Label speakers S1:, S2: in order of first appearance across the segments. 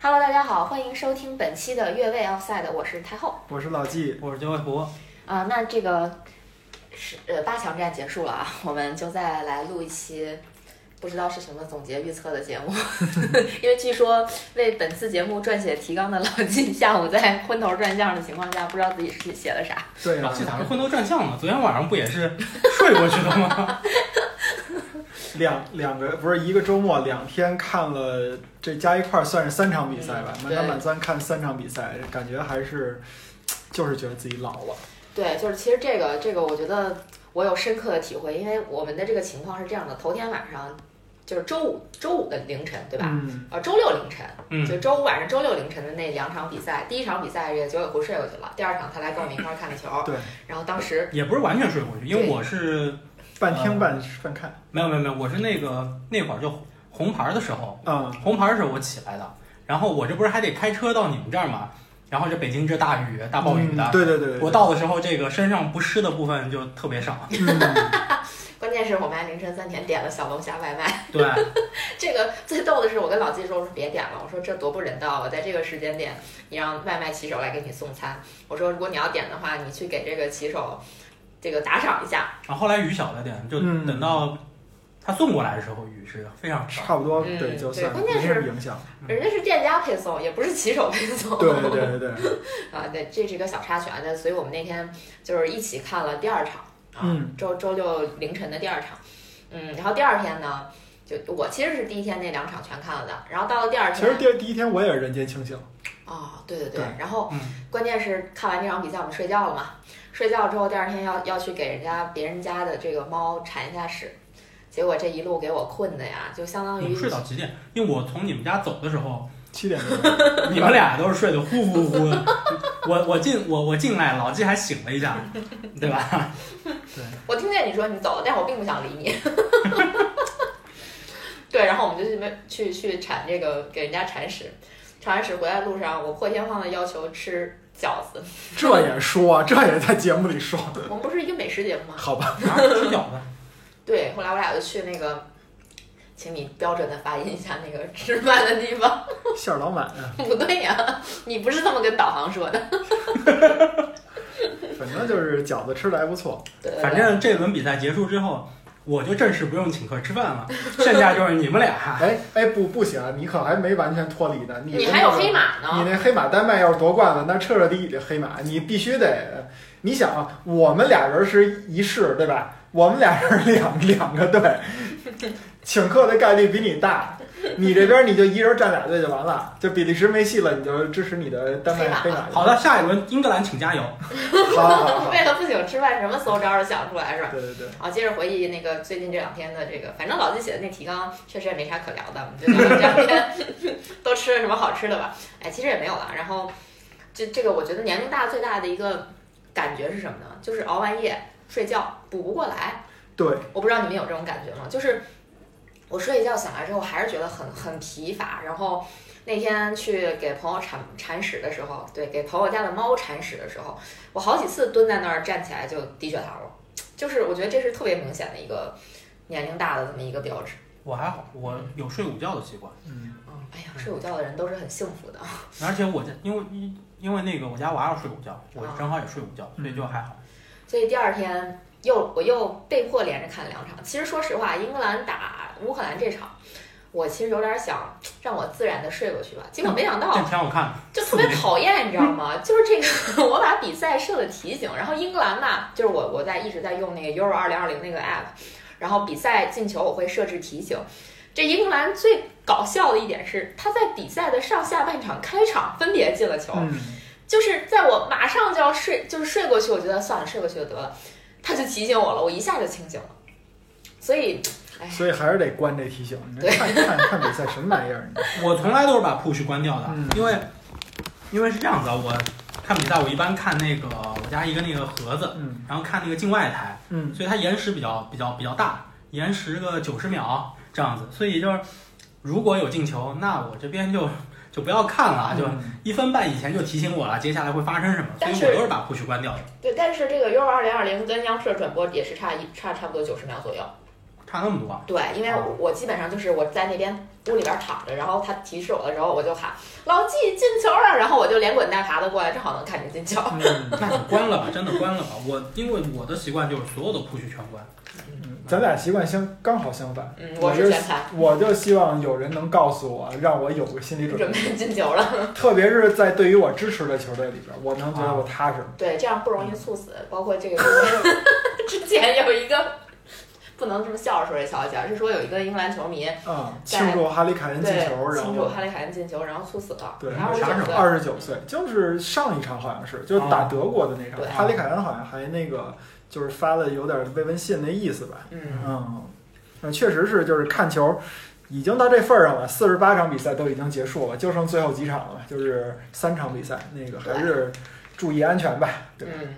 S1: Hello，大家好，欢迎收听本期的越位 Offside，我是太后。
S2: 我是老纪，
S3: 我是九尾狐，
S1: 啊、那这个是呃八强战结束了啊，我们就再来录一期不知道是什么总结预测的 节目，因为据说为本次节目撰写提纲的老金下午在昏头转向的情况下，不知道自己是写了啥。
S2: 对
S3: 老
S2: 啊，
S3: 季咋是昏头转向呢？昨天晚上不也是 睡过去的吗？
S2: 两两个不是一个周末两天看了，这加一块儿算是三场比赛吧，满打
S1: 对
S2: 满算看三场比赛，感觉还是就是觉得自己老了。
S1: 对，就是其实这个这个，我觉得我有深刻的体会，因为我们的这个情况是这样的：头天晚上就是周五周五的凌晨，对吧？
S2: 嗯，
S1: 呃，周六凌晨，
S3: 嗯
S1: 就周五晚上、周六凌晨的那两场比赛，第一场比赛这个九尾狐睡过去了，第二场他来跟我们一块儿看的球，
S2: 对，
S1: 然后当时
S3: 也不是完全睡过去，因为
S1: 对
S3: 我是
S2: 半听半半看，
S3: 没有没有没有，我是那个那会儿就红牌的时候，
S2: 嗯，
S3: 红牌的时候我起来的，然后我这不是还得开车到你们这儿嘛，然后这北京这大雨大暴雨
S2: 嗯
S3: 的，
S2: 对对对，对
S3: 我，到的时候这个身上不湿的部分就特别 少，
S2: 嗯，
S1: 关键是我们还凌晨三点点了小龙虾外卖，
S3: 对，
S1: 这个最逗的是我跟老季说，我说别点了，我说这多不人道啊，在这个时间点你让外卖骑手来给你送餐，我说如果你要点的话，你去给这个骑手这个打赏一下，
S3: 然后后来雨小了点，就
S2: 嗯
S3: 等到他送过来的时候雨是非常少，
S2: 差不多，
S1: 嗯
S2: 对，就
S1: 对
S2: 算
S1: 关键
S2: 没
S1: 是
S2: 什么影响。
S1: 人家是店家配送，也不是骑手配送，
S2: 嗯对对对对，对
S1: 啊，对，这是一个小插曲啊。那所以我们那天就是一起看了第二场啊，
S2: 嗯
S1: 周周六凌晨的第二场，嗯，然后第二天呢，就我其实是第一天那两场全看了的，然后到了第二
S2: 其实
S1: 天，
S2: 第第一天我也是人间清醒，
S1: 啊、对对对，
S2: 对
S1: 然后
S3: 嗯
S1: 关键是看完这场比赛我们睡觉了嘛，睡觉之后第二天要要去给人家别人家的这个猫铲一下屎，结果这一路给我困的呀，就相当
S3: 你
S1: 于
S3: 们睡到几点？因为我从你们家走的时候，
S2: 七点钟，
S3: 你们俩都是睡得呼呼呼的，我我进我我进来，老纪还醒了一下，对吧？
S1: 我听见你说你走了，但我并不想理你。 对，然后我们就去那边去去铲这个，给人家铲屎。铲完屎回来路上，我破天荒的要求吃饺子。
S2: 这也说，这也在节目里说，
S1: 我们不是一个美食节目吗？
S2: 好吧，
S3: 然后吃饺子，
S1: 对，后来我俩就去那个，请你标准的发音一下那个吃饭的地方。
S2: 馅儿老满，啊
S1: 不对呀、你不是这么跟导航说的。
S2: 反正就是饺子吃的还不错，
S1: 对对对
S3: 反正这轮比赛结束之后，我就正式不用请客吃饭了，剩下就是你们俩。
S2: 哎哎，不不行，你可还没完全脱离呢。你
S1: 你
S2: 真
S1: 还有
S2: 的
S1: 黑马呢。
S2: 你那黑马丹麦要是夺冠了，那彻彻底底的黑马，你必须得。你想，啊，我们俩人是一室，对吧？我们俩人两 两个队，请客的概率比你大。你这边你就一人站俩队就完了，就比利时没戏了，你就支持你的丹麦
S1: 黑
S2: 黑
S1: 马
S2: 马。
S3: 好的，，下一轮英格兰请加油。
S2: 好好好好
S1: 为了不请吃饭，什么馊招儿都想出来是吧？
S2: 对对对，
S1: 啊，接着回忆那个最近这两天的这个，反正老子写的那提纲确实也没啥可聊的，我们就聊聊这两天 都吃了什么好吃的吧。哎，其实也没有了。然后，这这个我觉得年龄大最大的一个感觉是什么呢？就是熬完夜睡觉补不过来。
S2: 对，
S1: 我不知道你们有这种感觉吗？就是我睡一觉醒来之后，还是觉得很很疲乏。然后那天去给朋友铲铲屎的时候，对，给朋友家的猫铲屎的时候，我好几次蹲在那儿站起来就低血糖了。就是我觉得这是特别明显的一个年龄大的这么一个标志。
S3: 我还好，我有睡午觉的习惯，
S2: 嗯，
S1: 嗯，哎呀，睡午觉的人都是很幸福的。
S3: 而且我家因为因为那个我家娃要睡午觉，我正好也睡午觉，所以就还好。
S1: 所以第二天又我又被迫连着看两场。其实说实话，英格兰打乌克兰这场，我其实有点想让我自然的睡过去吧，结果没想到
S3: 那挺好看的，
S1: 就特别讨厌，你知道吗？ 就是这个，我把比赛设了提醒，然后英格兰吧，就是我我在一直在用那个 Euro 二零二零那个 app，然后比赛进球我会设置提醒。这英格兰最搞笑的一点是，他在比赛的上下半场、开场分别进了球，
S2: 嗯，
S1: 就是在我马上就要睡，就是睡过去，我觉得算了，睡过去就得了，他就提醒我了，我一下就清醒了。所以，哎，
S2: 所以还是得关这提醒。你这
S1: 对
S2: 看看看比赛什么玩意儿？你
S3: 我从来都是把 push 关掉的，
S2: 嗯
S3: 因为因为是这样子啊，我看比赛我一般看那个我家一个那个盒子，
S2: 嗯
S3: 然后看那个境外台，
S2: 嗯，
S3: 所以它延时比较比较比较大，延时个九十秒这样子，所以就是如果有进球，那我这边就就不要看了，啊就
S2: 嗯
S3: 一分半以前就提醒我了，接下来会发生什么，所
S1: 但
S3: 以
S1: 是
S3: 我都是把 push 关掉的，
S1: 对，但是这个 Euro 二零二零跟央视的转播也是差一差差不多九十秒左右。
S3: 差那么多。
S1: 对，因为
S2: 啊
S3: 哦
S1: 我基本上就是我在那边屋里边躺着，然后他提示我的时候，我就喊老纪进球了，然后我就连滚带爬的过来，正好能看见进球。
S3: 嗯，那你关了吧， 真的关了吧。我因为我的习惯就是所有的 push 全关。
S2: 嗯咱俩习惯相刚好相反，
S1: 嗯，
S2: 我
S1: 我
S2: 就是
S1: 全残，
S2: 我就希望有人能告诉我，让我有个心理准备
S1: 准，备进球了。
S2: 特别是在对于我支持的球队里边，我能觉得我踏实。
S1: 对，这样不容易猝死。包括这个就是 之前有一个不能这么笑着说这笑一笑，是说有一个英格兰球迷
S2: 嗯，
S1: 在
S2: 庆祝哈里凯恩进
S1: 对
S2: 球，然
S1: 庆祝
S2: 后
S1: 哈利凯恩进球，然后猝死了。
S2: 对
S1: 然后我就
S3: 啥
S1: 觉
S3: 时候
S1: 得
S2: 二十九岁，就是上一场好像是，就是打
S3: 哦
S2: 德国的那场，
S1: 对
S2: 哈里凯恩好像还那个就是发的有点慰问信那意思吧。
S1: 嗯，
S2: 嗯，那确实是，就是看球已经到这份儿上了，四十八场比赛都已经结束了，就剩最后几场了，就是三场比赛，那个还是注意安全吧。对，
S1: 嗯，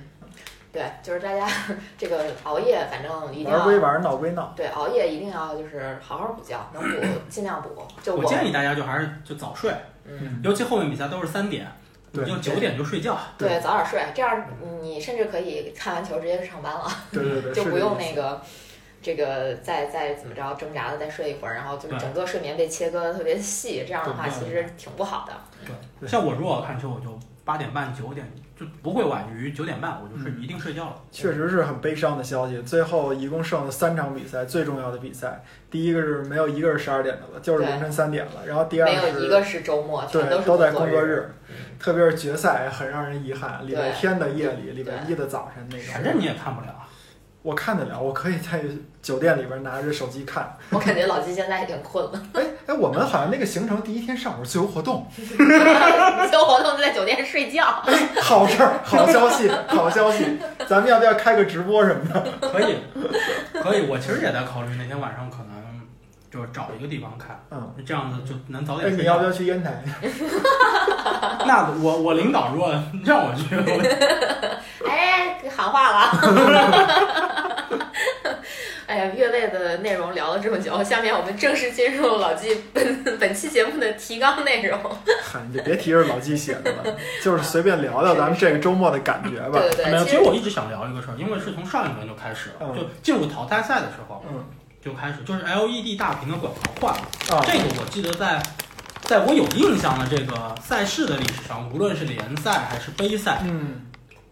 S1: 对，就是大家 这个熬夜，反正一定
S2: 玩归
S1: 要
S2: 玩，闹归闹。
S1: 对熬夜一定要就是好好补觉，能补尽量补。就
S3: 我建议大家就还是就早睡，
S1: 嗯，
S3: 尤其后面比赛都是三点，你
S2: 对
S3: 就九点就睡觉。
S1: 对，早点睡，这样你甚至可以看完球直接去上班了，
S2: 对对 对，
S1: 就是不
S2: 这
S1: 用
S2: 意思
S1: 那个。这个再再怎么着挣扎的再睡一会儿，然后就是
S3: 对
S1: 整个睡眠被切割的特别细，这样的话
S3: 对对
S1: 其实挺不好的。
S2: 对
S3: 像我如果看球，我就八点半九点就不会晚于九点半，我就睡，
S2: 嗯
S3: 一定睡觉了。
S2: 确实是很悲伤的消息。最后一共剩了三场比赛，最重要的比赛，第一个是没有一个是十二点的了，就是凌晨三点了。然后第二
S1: 没
S2: 是
S1: 有一个是周末，全
S2: 对
S1: 是
S2: 都在
S1: 工
S2: 工作
S1: 日。
S2: 日，特别是决赛很让人遗憾，礼拜
S1: 对
S2: 天的夜里，礼拜一的早晨那种。
S3: 反正你也看不了。啊
S2: 我看得了，我可以在酒店里边拿着手机看。
S1: 我感觉老季现在已经困 了，
S2: 哎哎，我们好像那个行程第一天上午是自由活动，
S1: 所有活动都在酒店睡觉。
S2: 好事儿，好消息，好消息。咱们要不要开个直播什么的？
S3: 可以， 可以。我其实也在考虑那天晚上可能就是找一个地方看，
S2: 嗯，
S3: 这样子就能早
S2: 哎，
S3: 点
S2: 你
S3: 睡
S2: 要
S3: 觉
S2: 不。要去烟台？
S3: 那我我领导如果 让我 去，我
S1: 哎，喊话了啊！ 哎呀，越位的内容聊了这么久，下面我们正式进入老纪本本期节目的提纲内容。
S2: 嗨，你就别提是老纪写的了，就是随便聊聊咱们这个周末的感觉吧。
S1: 对对
S3: 没
S1: 对，
S3: 有。其
S1: 其
S3: 实
S1: 实
S3: 我一直想聊一个事儿，因为是从上一轮就开始了，
S2: 嗯
S3: 就进入淘汰赛的时候
S2: 嗯
S3: 就开始，就是 LED 大屏的广告换了。
S2: 啊，
S3: 这个我记得在，在我有印象的这个赛事的历史上，无论是联赛还是杯赛，
S2: 嗯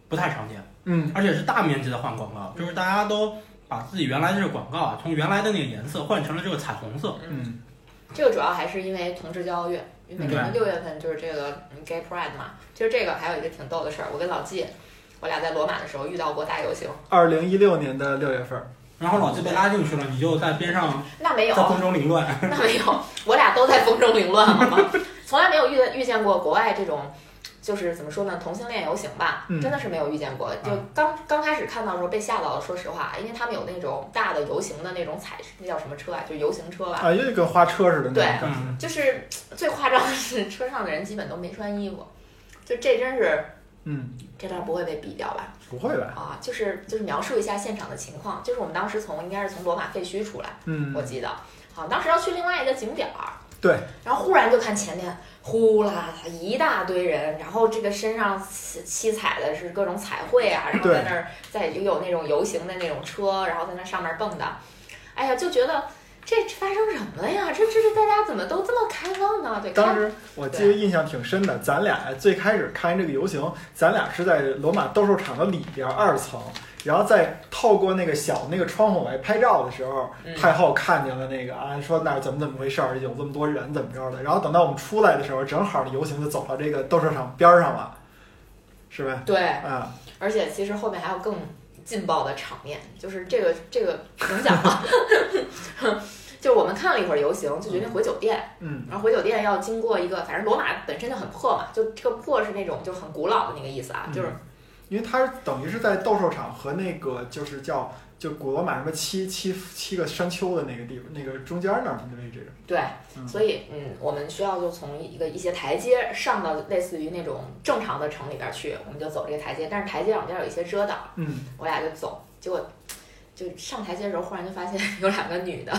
S3: 不太常见，
S2: 嗯
S3: 而且是大面积的换广告，就是大家都把自己原来的这个广告啊，从原来的那个颜色换成了这个彩虹色。
S2: 嗯
S1: 这个主要还是因为同志骄傲月，因为
S2: 嗯
S1: 每年六月份就是这个嗯 Gay Pride 嘛。就是这个还有一个挺逗的事儿，我跟老纪，我俩在罗马的时候遇到过大游行，，
S2: 二零一六年的六月份儿，
S3: 然后老季被拉进去了，你就在边上
S1: 那没有，啊
S3: 在风中凌乱。
S1: 那没有，我俩都在风中凌乱，好吗？ 从来没有遇遇见过国外这种，就是怎么说呢，同性恋游行吧，
S2: 嗯
S1: 真的是没有遇见过。就刚刚开始看到的时候被吓到了，说实话，因为他们有那种大的游行的那种彩，那叫什么车啊？就游行车吧。
S2: 啊，又跟花车似的那种
S1: 对
S2: 感觉。
S3: 嗯，
S1: 就是最夸张的是，车上的人基本都没穿衣服，就这真是
S2: 嗯，
S1: 这段不会被毙掉吧？
S2: 不会吧？
S1: 啊，就是就是描述一下现场的情况，就是我们当时从应该是从罗马废墟出来。
S2: 嗯
S1: 我，记得，好，当时要去另外一个景点儿，
S2: 对，
S1: 然后忽然就看前面呼啦一大堆人，然后这个身上七七彩的是各种彩绘 啊，然后
S2: 对
S1: 在那儿在有那种游行的那种车，然后在那上面蹦的，哎呀，就觉得这发生什么了呀？这这这大家怎么都这么开放呢？对，
S2: 当
S1: 看
S2: 时我记得印象挺深的，咱俩最开始看这个游行，咱俩是在罗马斗兽场的里边儿二层，然后再透过那个小那个窗户往外拍照的时候，
S1: 嗯
S2: 太后看见了那个啊，说那儿怎么怎么回事儿，有这么多人怎么着的。然后等到我们出来的时候，正好游行就走到这个斗兽场边儿上了，是吧？
S1: 对，
S2: 啊，
S1: 而且其实后面还有更劲爆的场面，就是这个这个怎么讲啊？ 就是我们看了一会儿游行，就决定回酒店。
S2: 嗯
S1: 然后回酒店要经过一个，反正罗马本身就很破嘛，就这个破是那种就很古老的那个意思啊，
S2: 嗯
S1: 就是
S2: 因为它等于是在斗兽场和那个就是叫就古罗马什么七七七个山丘的那个地方，那个中间那儿的位置。
S1: 对，
S2: 嗯
S1: 所以嗯，我们需要就从一个一些台阶上到类似于那种正常的城里边去，我们就走这个台阶，但是台阶两边有一些遮挡，
S2: 嗯，
S1: 我俩就走，结果就上台阶的时候，忽然就发现 有两个女的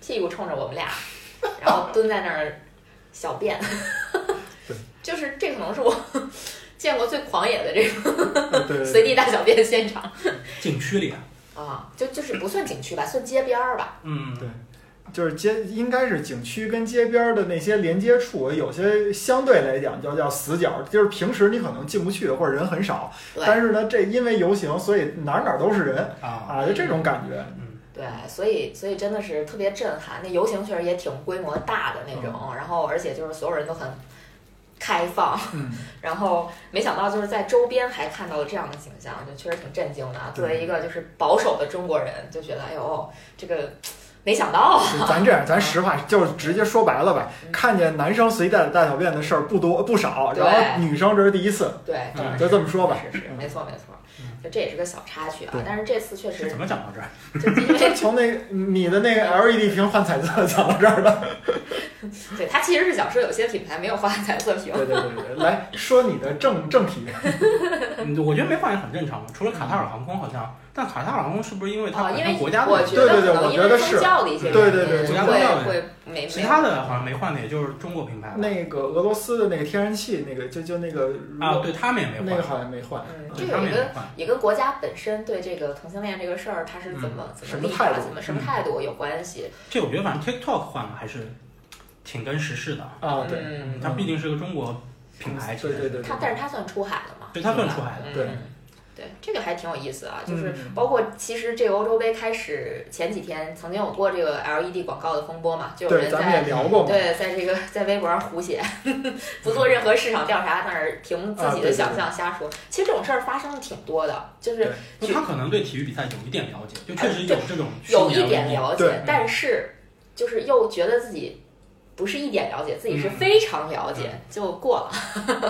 S1: 屁股冲着我们俩，然后蹲在那儿小便
S2: 对，
S1: 就是这可能是我 见过最狂野的这种
S2: 呃 对，
S1: 随地大小便现场。
S3: 景区里啊
S1: 啊，就就是不算景区吧，算街边儿吧。
S3: 嗯，
S2: 对就是街应该是景区跟街边儿的那些连接处，有些相对来讲叫叫死角，就是平时你可能进不去或者人很少，
S1: 对
S2: 但是呢，这因为游行，所以哪儿哪儿都是人
S3: 啊，
S2: 啊，就这种感 觉。
S3: 嗯，
S1: 对，所以所以真的是特别震撼。那游行确实也挺规模大的那种，然后而且就是所有人都很开放，
S2: 嗯，
S1: 然后没想到就是在周边还看到了这样的景象，就确实挺震惊的啊。作
S2: 嗯
S1: 为一个就是保守的中国人，就觉得哎呦，这个没想到，
S2: 就咱这样，咱实话就是直接说白了吧
S1: 嗯，
S2: 看见男生随地大小便的事儿不多不少，
S1: 对
S2: 然后女生这是第一次，
S1: 对，
S3: 嗯
S1: 真
S2: 就这么说吧。
S1: 是是是，没错没错
S3: 嗯，
S1: 就这也是个小插曲啊
S2: 对。
S1: 但是这次确
S3: 是
S1: 实
S3: 怎么讲到这儿？
S1: 就因为
S2: 从那你的那个 LED 屏换彩色讲到这儿了，
S1: 对他其实是想说有些品牌没有画彩色屏，
S2: 对对对对， 来说你的正正题，
S3: 嗯我觉得没放也很正常嘛，除了卡塔尔航空好像，但卡塔尔航空是不是因为它
S1: 啊，
S3: 本
S1: 因
S3: 身
S1: 为
S3: 国家
S1: 我
S3: 的，
S1: 觉
S2: 对对
S1: 得
S2: 对
S1: 可能因
S2: 我觉
S1: 为
S2: 得是
S1: 宗教的一些
S2: 对
S1: 原
S2: 对对
S1: 因，
S3: 宗教
S1: 会
S3: 的
S1: 会没
S3: 其
S1: 没
S3: 他的好像没换的，也就是中国品牌吧
S2: 那个俄罗斯的那个天然气，那个就就那个
S3: 啊，对他们也没
S2: 那个
S3: 换，
S2: 好像没换，
S1: 嗯，这
S3: 对他
S1: 有
S3: 们
S1: 一
S3: 也
S1: 个
S3: 没换，
S1: 也跟国家本身对这个同性恋这个事儿，它是怎么怎
S2: 什
S1: 么
S2: 么
S1: 立
S2: 态
S1: 法、
S2: 度
S1: 怎么什么态度有关系。
S3: 这我觉得反正 TikTok 换了还是挺跟时事的，
S2: 啊，对，
S1: 嗯，
S3: 它毕竟是个中国品牌，
S2: 对对对，
S1: 它但是它算出海了嘛？
S3: 对它算出
S1: 吧
S3: 海了
S1: 嗯
S2: 对
S1: 对，这个还挺有意思啊，就是
S2: 嗯
S1: 包括其实这个欧洲杯开始前几天，曾经有过这个 LED 广告的风波嘛，就有
S2: 对，
S1: 人
S2: 咱们也
S1: 在。
S2: 聊过嘛，
S1: 对，在这个在微博上胡写，不做任何市场调查，但是凭自
S2: 啊
S1: 己
S2: 对
S1: 的
S2: 对
S1: 想
S2: 对
S1: 象瞎说。其实这种事儿发生的挺多的，就是
S3: 就他可能对体育比赛有一点了解，就确实
S1: 哎
S3: 有
S1: 对
S3: 这种
S1: 有一
S3: 虚拟
S1: 点
S3: LED
S1: 了
S2: 对嗯
S1: 解，但是就是又觉得自己不是一点了解，自己是
S3: 嗯
S1: 非常了解，就过了。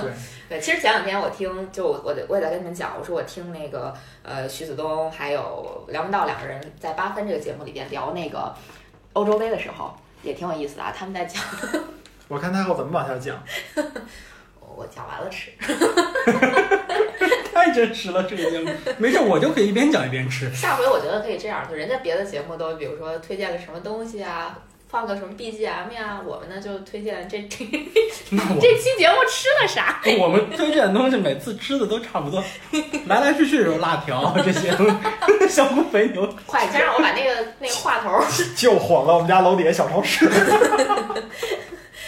S2: 对
S1: 对，其实前两天我听，就我我得我也在跟你们讲，我说我听那个呃徐子东还有梁文道两个人在八分这个节目里边聊那个欧洲杯的时候，也挺有意思的啊。他们在讲，
S2: 我看他要怎么往下讲。
S1: 我讲完了吃，
S3: 太真实了，这个节目没事，我就可以一边讲一边吃。
S1: 下回我觉得可以这样，就人家别的节目都比如说推荐个什么东西啊。放个什么 BGM 呀？我们呢就推荐这这
S3: 那
S1: 这 期节目吃了啥？
S3: 我我们推荐的东西每次吃的都差不多， 来来去去有辣条啊 这些，小骨肥 牛。
S1: 快，先让我把那个那个话头儿
S2: 救火了我们家楼底下小超市。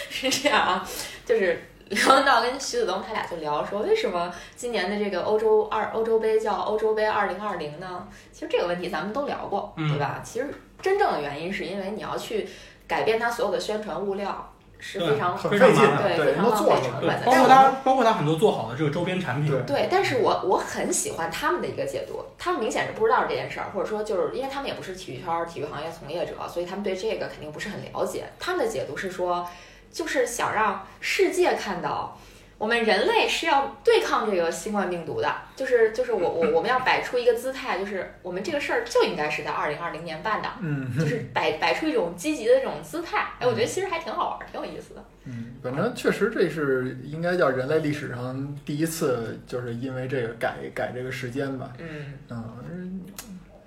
S1: 是这样啊，就是梁文道跟徐子东他俩就聊说，为什么今年的这个欧洲二欧洲杯叫欧洲杯二零二零呢？其实这个问题咱们都聊过，
S3: 嗯
S1: 对吧？其实真正的原因是因为你要去改变它所有的宣传物料是非常
S2: 很
S3: 非
S2: 费
S3: 常
S2: 劲
S3: 麻
S2: 的，
S1: 烦对
S2: 人都做出来
S1: 非
S3: 对
S1: 常麻，烦
S3: 包括它，包括它很多做好的这个周边产品，
S2: 对
S1: 对，但是我我很喜欢他们的一个解读，他们明显是不知道这件事儿，或者说就是因为他们也不是体育圈儿、体育行业从业者，所以他们对这个肯定不是很了解。他们的解读是说，就是想让世界看到。我们人类是要对抗这个新冠病毒的，就是就是我我我们要摆出一个姿态，就是我们这个事儿就应该是在二零二零年办的，
S2: 嗯
S1: 就是摆摆出一种积极的这种姿态。哎，我觉得其实还挺好玩儿，挺有意思的。
S2: 嗯，反正确实这是应该叫人类历史上第一次，就是因为这个改改这个时间吧。
S1: 嗯，
S2: 嗯，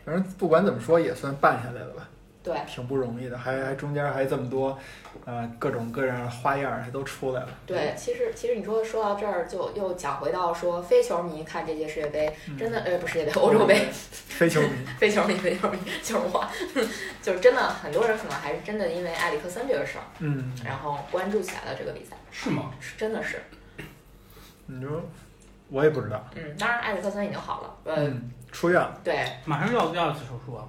S2: 反正不管怎么说也算办下来了吧，
S1: 对，
S2: 挺不容易的，还还中间还这么多，呃，各种各样的花样儿还都出来了。
S1: 对，其实其实你说说到这儿，就又讲回到说非球迷看这届世界杯，
S2: 嗯，
S1: 真的呃不是世界杯， 欧洲杯，
S2: 非球迷，
S1: 非球迷非球迷 就是我，就是真的很多人可能还是真的因为埃里克森这个事儿，
S2: 嗯，
S1: 然后关注起来了这个比赛，
S3: 是吗？
S1: 是真的是，
S2: 你说我也不知道，
S1: 嗯，当然埃里克森已经好了，呃，
S2: 嗯，出院了，
S1: 对，
S3: 马上就要第二次手术啊，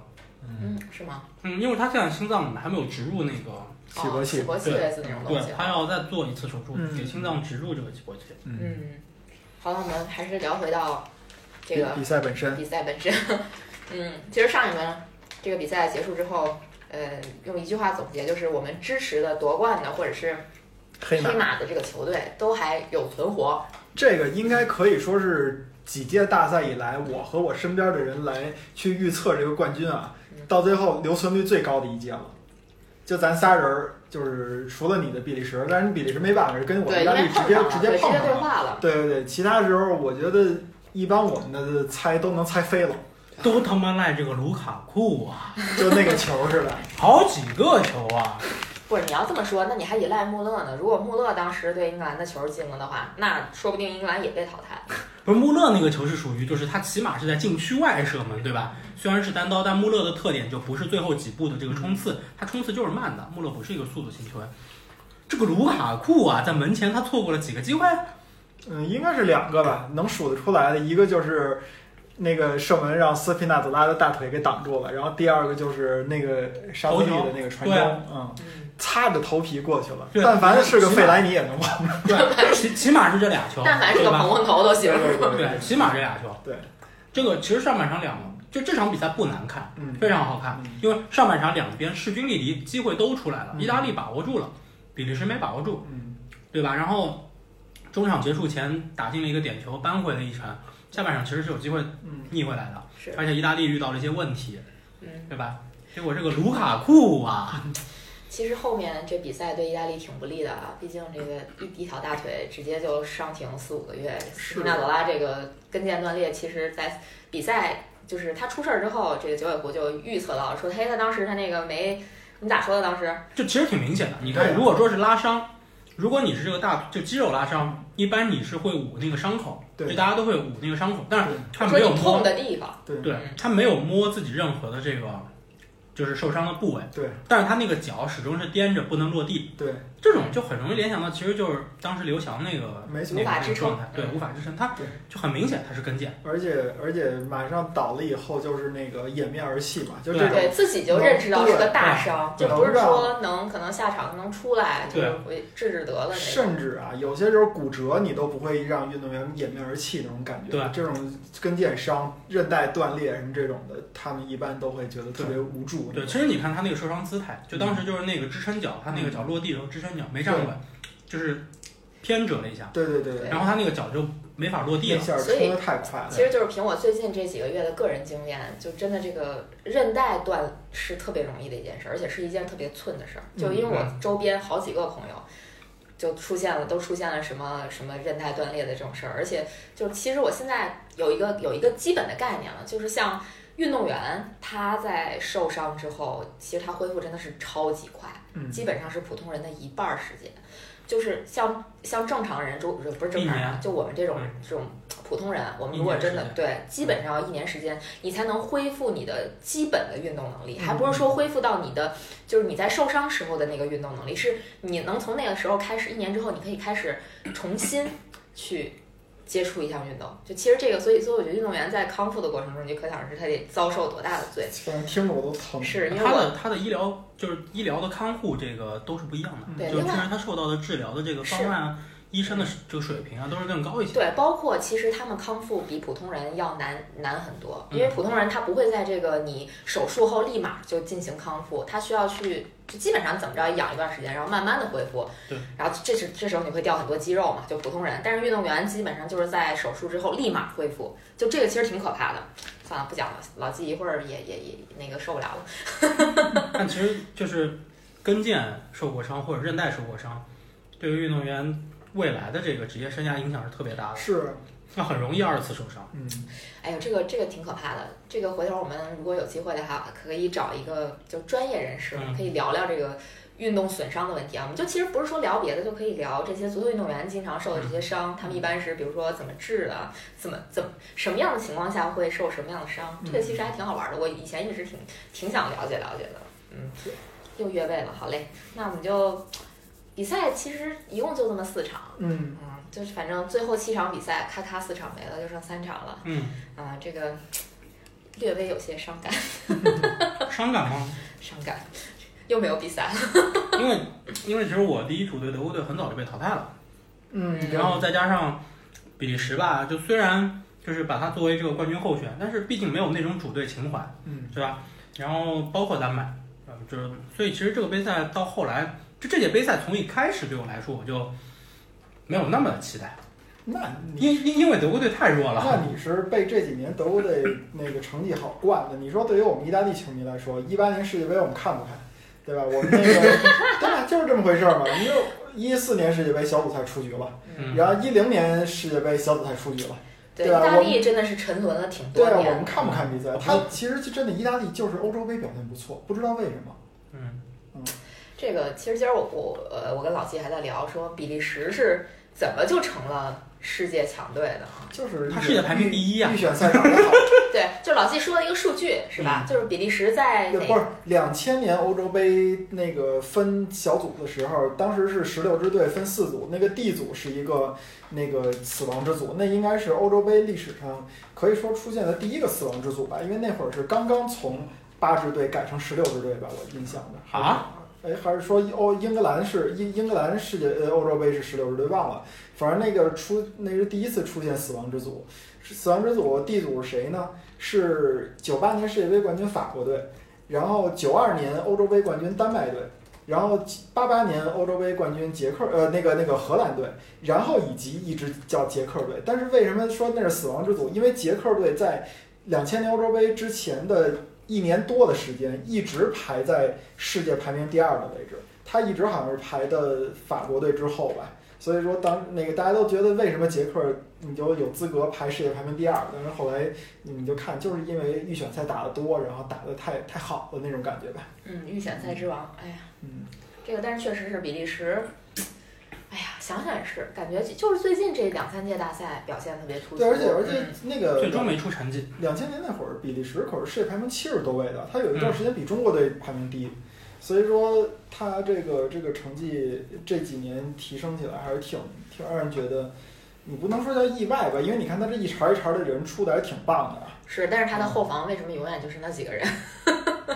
S1: 嗯，是吗？
S3: 嗯，因为他现在心脏还没有植入那个，
S2: 起搏器
S1: 哦搏器
S3: 对
S1: 类似那种东西啊
S3: 对，，他要再做一次手术，
S2: 嗯
S3: 给心脏植入这个激活器。
S2: 嗯，
S1: 嗯，好了，我们还是聊回到这
S2: 比
S1: 个
S2: 嗯比赛本身，
S1: 比赛本身。 嗯，其实上一轮这个比赛结束之后，呃，用一句话总结，就是我们支持的夺冠的或者是
S2: 黑
S1: 黑
S2: 马
S1: 马的这个球队都还有存活。
S2: 这个应该可以说是几届大赛以来，我和我身边的人来去预测这个冠军啊
S1: 嗯，
S2: 到最后留存率最高的一届了。就咱仨人儿，就是除了你的比利时，但是比利时没办法，跟我
S1: 对，
S2: 意
S1: 因
S2: 大利
S1: 为
S2: 直
S1: 碰
S2: 接
S1: 上了，
S2: 直
S1: 对，
S2: 接
S1: 直
S2: 碰
S1: 接
S2: 上
S1: 对
S2: 了。
S1: 话了。
S2: 对对对，其他时候我觉得一般我们的猜都能猜飞了，
S3: 都他妈赖这个卢卡库啊，
S2: 就那个球似的。
S3: 好几个球啊！
S1: 不是你要这么说，那你还依赖穆勒呢？如果穆勒当时对英格兰的球进了的话，那说不定英格兰也被淘汰。
S3: 不是穆勒那个球是属于，就是他起码是在禁区外射门，对吧？虽然是单刀，但穆勒的特点就不是最后几步的这个冲
S1: 嗯
S3: 刺，他冲刺就是慢的。穆勒不是一个速度型球员。这个卢卡库啊，在门前他错过了几个机会，
S2: 嗯，应该是两个吧，能数得出来的，一个就是那个射门让斯皮纳佐拉的大腿给挡住了，然后第二个就是那个沙布利的那个传
S3: 头球对啊
S2: 中，嗯，擦着头皮过去了。
S3: 对
S2: 但凡是个费莱尼也能忘。
S3: 对，起起码是这俩球，
S1: 但凡是
S3: 对
S1: 个
S3: 吧
S1: 蓬蓬头都 行。
S3: 对，起码这俩球。
S2: 对，
S3: 这个其实上半场两就这场比赛不难看，
S2: 嗯，
S3: 非常好看
S2: 嗯，
S3: 因为上半场两边势均力敌，机会都出来了，
S2: 嗯
S3: 意大利把握住了，比利时没把握住，
S2: 嗯，
S3: 对吧？然后中场结束前打进了一个点球，扳回了一城。下半场其实是有机会
S2: 嗯，
S3: 逆回来的，
S1: 是，
S3: 而且意大利遇到了一些问题，
S1: 嗯，
S3: 对吧？结果这个卢卡库啊，
S1: 其实后面这比赛对意大利挺不利的啊，毕竟这个一一条大腿直接就伤停四五个月。
S2: 是
S1: 斯皮纳佐拉这个跟腱断裂，其实在比赛就是他出事儿之后，这个九尾狐就预测到了，说嘿，他当时他那个没，你咋说的当时？
S3: 就其实挺明显的。你
S2: 对
S3: 看，
S2: 啊
S3: 如果说是拉伤，如果你是这个大就肌肉拉伤，一般你是会捂那个伤口，
S2: 对
S3: 就大家都会捂那个伤口，但是
S2: 对
S3: 他
S1: 说
S3: 没有
S1: 你痛
S3: 摸，
S1: 的嗯地方，
S2: 对
S3: 对他没有摸自己任何的这个就是受伤的部位，
S2: 对，
S3: 但是他那个脚始终是颠着不能落地，
S2: 对，
S3: 这种就很容易联想到，其实就是当时刘翔那个
S2: 没错
S3: 那个
S1: 无法
S3: 那个
S1: 支撑
S3: 状态，对，无法支撑，他
S2: 对
S3: 就很明显他是跟腱，
S2: 而且而且马上倒了以后就是那个掩面而泣嘛，就这
S3: 对
S2: 种
S1: 对自己就认识到是个大伤，
S2: 对
S1: 就不是说能可能下场能出来，就
S3: 对
S1: 是为治治得了那种。
S2: 甚至啊，有些时候骨折你都不会让运动员掩面而泣那种感觉。
S3: 对
S2: 这种跟腱伤、韧带断裂什么这种的，他们一般都会觉得特别无助。
S3: 对，其实你看他那个受伤姿态，就当时就是那个支撑脚，他
S1: 嗯
S3: 那个脚落地的时候支撑脚没站稳，就是偏折了一下，
S2: 对对对对，
S3: 然后他那个脚就没法落
S2: 那
S3: 地了，
S2: 下冲的太快了。
S1: 其实就是凭我最近这几个月的个人经验，就真的这个韧带断是特别容易的一件事，而且是一件特别寸的事儿。
S2: 嗯
S1: 就因为我周边好几个朋友。就出现了，都出现了什么什么韧带断裂的这种事儿，而且就是其实我现在有一个有一个基本的概念了，就是像运动员他在受伤之后，其实他恢复真的是超级快，
S2: 嗯
S1: 基本上是普通人的一半儿时间。就是像像正常人，就不是正常
S3: 一
S1: 人
S3: 年嗯
S1: 啊，就我们这种这种普通人，啊我们如果真的
S3: 一年时嗯
S1: 对，基本上要一年时间，你才能恢复你的基本的运动能力，
S2: 嗯
S1: 还不是说恢复到你的就是你在受伤时候的那个运动能力，是你能从那个时候开始，一年之后你可以开始重新去接触一项运动。就其实这个，所以所以我觉得运动员在康复的过程中，你就可想而知他得遭受多大的罪，
S2: 反正听着我都疼。
S1: 是因为
S3: 嗯他
S1: 我
S3: 的他的医疗就是医疗的看护，这个都是不一样
S2: 嗯
S3: 的。
S1: 对
S3: 就是
S1: 另
S3: 虽
S1: 外
S3: 然他受到的治疗的这个方案啊，医生的这个水平啊，都是更高一些。
S1: 对，包括其实他们康复比普通人要难难很多，
S3: 嗯
S1: 因为普通人他不会在这个你手术后立马就进行康复，他需要去就基本上怎么着也养一段时间，然后慢慢的恢复。
S3: 对，
S1: 然后这时这时候你会掉很多肌肉嘛，就普通人，但是运动员基本上就是在手术之后立马恢复，就这个其实挺可怕的。算了，不讲了，老纪一会儿也也也那个受不了了。
S3: 但其实就是跟腱受过伤或者韧带受过伤，对于运动员未来的这个职业生涯影响是特别大的。
S2: 是，
S3: 那很容易二次受伤。
S2: 嗯，
S1: 哎呦，这个这个挺可怕的。这个回头我们如果有机会的话，可以找一个就专业人士，
S3: 嗯
S1: 可以聊聊这个运动损伤的问题啊。我们就其实不是说聊别的，就可以聊这些足球运动员经常受的这些伤，他们一般是比如说怎么治的，怎么怎么什么样的情况下会受什么样的伤，这个其实还挺好玩的。我以前一直挺挺想了解了解的。嗯，又越位了，好嘞。那我们就比赛其实一共就这么四场，
S2: 嗯，
S1: 嗯，就是反正最后七场比赛，咔咔四场没了，就剩三场了。
S3: 嗯，
S1: 啊，这个略微有些伤感，
S3: 伤感吗？
S1: 伤感，又没有比赛了。
S3: 因为因为其实我第一主队德国队很早就被淘汰了，
S2: 嗯，
S3: 然后再加上比利时吧，就虽然就是把它作为这个冠军候选，但是毕竟没有那种主队情怀。
S2: 嗯，
S3: 对吧？然后包括丹麦，呃，就是所以其实这个杯赛到后来，就这届杯赛从一开始对我来说我就没有那么期待，
S2: 那你。
S3: 因因因为德国队太 弱了。
S2: 那你是被这几年德国队那个成绩好惯的。你说对于我们意大利球迷来说，一八年世界杯我们看不看，对吧？我们那个对吧，就是这么回事儿嘛。因为一四年世界杯小组赛出局了，
S3: 嗯，
S2: 然后一零年世界杯小组赛出局了。
S1: 对，意
S2: 对啊
S1: 大
S2: 我
S1: 利真的是沉沦了挺
S2: 对
S1: 多
S2: 啊，我
S1: 年
S2: 们。看不看比赛？他其实就真的意大利就是欧洲杯表现不错，不知道为什么。
S3: 嗯，
S1: 这这个其实今儿我我呃我跟老季还在聊说比利时是怎么就成了世界强队的 啊？
S2: 就是
S3: 他世界排名第一啊
S2: 预选赛打得好，
S1: 对，就是老季说的一个数据是吧？就是比利时在
S2: 也
S1: 哪
S2: 嗯不是两千年欧洲杯那个分小组的时候，当时是十六支队分四组，那个 D 组是一个那个死亡之组，那应该是欧洲杯历史上可以说出现的第一个死亡之组吧，因为那会儿是刚刚从八支队改成十六支队吧，我印象的
S3: 啊，
S2: 哎，还是说欧英格兰是英英格兰世界呃欧洲杯是十六支队忘了，反正那个出那是第一次出现死亡之组，死亡之组 D 组是谁呢？是九八年世界杯冠军法国队，然后九二年欧洲杯冠军丹麦队，然后八八年欧洲杯冠军捷克呃那个那个荷兰队，然后以及一支叫捷克队。但是为什么说那是死亡之组？因为捷克队在两千年欧洲杯之前的一年多的时间，一直排在世界排名第二的位置，他一直好像是排的法国队之后吧。所以说当那个大家都觉得为什么捷克你就有资格排世界排名第二，但是后来你就看，就是因为预选赛打得多，然后打得太太好了那种感觉吧。
S1: 嗯预选赛之王，哎呀，
S2: 嗯，
S1: 这个但是确实是比利时。哎呀，想想也是，感觉就就是最近这两三届大赛表现特别突出。
S2: 对，而且而
S1: 嗯
S2: 且那个
S3: 最终没出成绩。
S2: 两千年那会儿，比利时可是世界排名七十多位的，他有一段时间比中国队排名低，所以说他这个这个成绩这几年提升起来还是挺挺让人觉得，你不能说叫意外吧，因为你看他这一茬一茬的人出的还挺棒的啊。
S1: 是，但是他的后防为什么永远就是那几个人？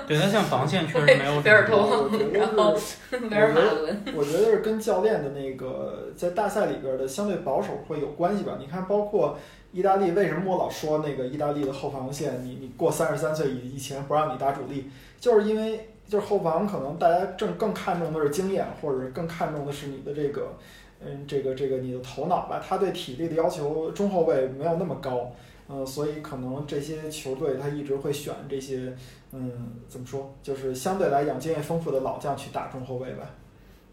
S3: 对他像防线确实没有什 么
S1: 菲尔特
S2: 我觉得
S1: 然后
S2: 是
S1: 维尔马伦，
S2: 我觉得是跟教练的那个在大赛里边的相对保守会有关系吧。你看，包括意大利，为什么我老说那个意大利的后防线，你你过三十三岁以以前不让你打主力，就是因为就是后防可能大家正更看重的是经验，或者更看重的是你的这个。嗯，这个这个你的头脑吧，他对体力的要求中后卫没有那么高，嗯、所以可能这些球队他一直会选这些，嗯，怎么说，就是相对来讲经验丰富的老将去打中后卫吧。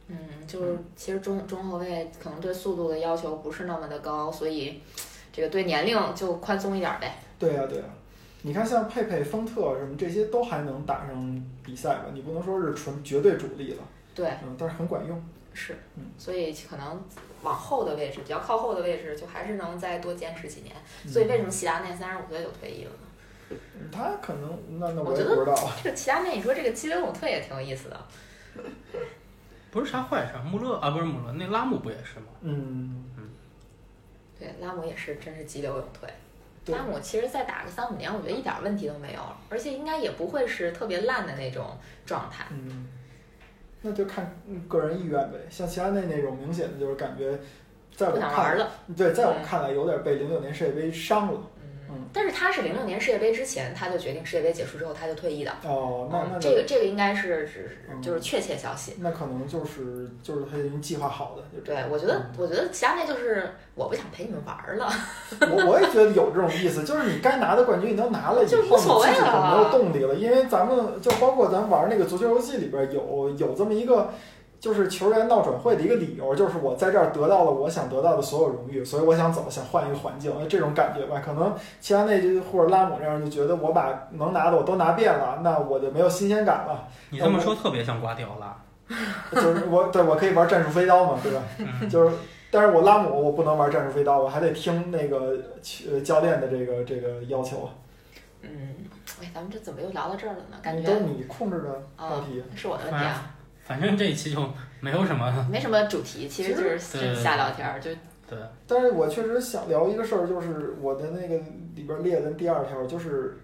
S1: 嗯，就是其实中中后卫可能对速度的要求不是那么的高，所以这个对年龄就宽松一点呗。
S2: 对呀、对呀、啊你看像佩佩、丰特什么这些都还能打上比赛吧？你不能说是纯绝对主力了，
S1: 对，
S2: 嗯，但是很管用。
S1: 是
S2: 嗯，
S1: 所以可能往后的位置，比较靠后的位置，就还是能再多坚持几年。
S2: 嗯
S1: 所以为什么齐达内三十五岁就退役了呢？
S2: 嗯他可能那那
S1: 我
S2: 我也
S1: 觉得
S2: 不知道，
S1: 这个齐达内，你说这个七零五退也挺有意思的。
S3: 不是啥坏事儿。穆勒啊，不是穆勒，那拉姆不也是吗？
S2: 嗯，
S1: 对，拉姆也是，真是急流勇退。
S2: 对
S1: 拉姆其实再打个三五年，我觉得一点问题都没有，而且应该也不会是特别烂的那种状态。
S2: 嗯，那就看嗯个人意愿呗。像齐达内那种明显的就是感觉，在我
S1: 不想玩
S2: 看
S1: 了，
S2: 对，在我看来有点被零六年世界杯伤了。
S1: 嗯，但是他是零六年世界杯之前，他就决定世界杯结束之后他就退役的。
S2: 哦，那那
S1: 嗯，这个这个应该是是
S2: 嗯
S1: 就是确切消息。
S2: 那可能就是就是他已经计划好的，就这
S1: 对
S2: 样。，
S1: 我觉得我觉得齐达内就是我不想陪你们玩儿了，
S2: 我我也觉得有这种意思，就是你该拿的冠军你都拿了以后，
S1: 就
S2: 你
S1: 无所谓
S2: 自己就
S1: 了
S2: 没有动力了。因为咱们就包括咱玩那个足球游戏里边有有这么一个，就是球员闹转会的一个理由，就是我在这儿得到了我想得到的所有荣誉，所以我想走，想换一个环境，这种感觉吧。可能齐达内就或者拉姆这样就觉得我把能拿的我都拿遍了，那我就没有新鲜感了。
S3: 你这么说特别像瓜迪奥拉。
S2: 就是 我对我可以玩战术飞刀嘛，对吧？
S3: 嗯
S2: 就是，但是我拉姆我不能玩战术飞刀，我还得听那个呃教练的这个这个要求。
S1: 嗯，哎，咱们这怎么又聊到这儿了呢？感
S2: 你
S1: 觉
S2: 都是你控制的话题。
S1: 是我的问题啊，
S3: 反正这一期就没有什么
S1: 没什么主题，其实就是就是瞎聊天儿，就
S3: 对
S2: 但是我确实想聊一个事儿，就是我的那个里边列的第二条，就是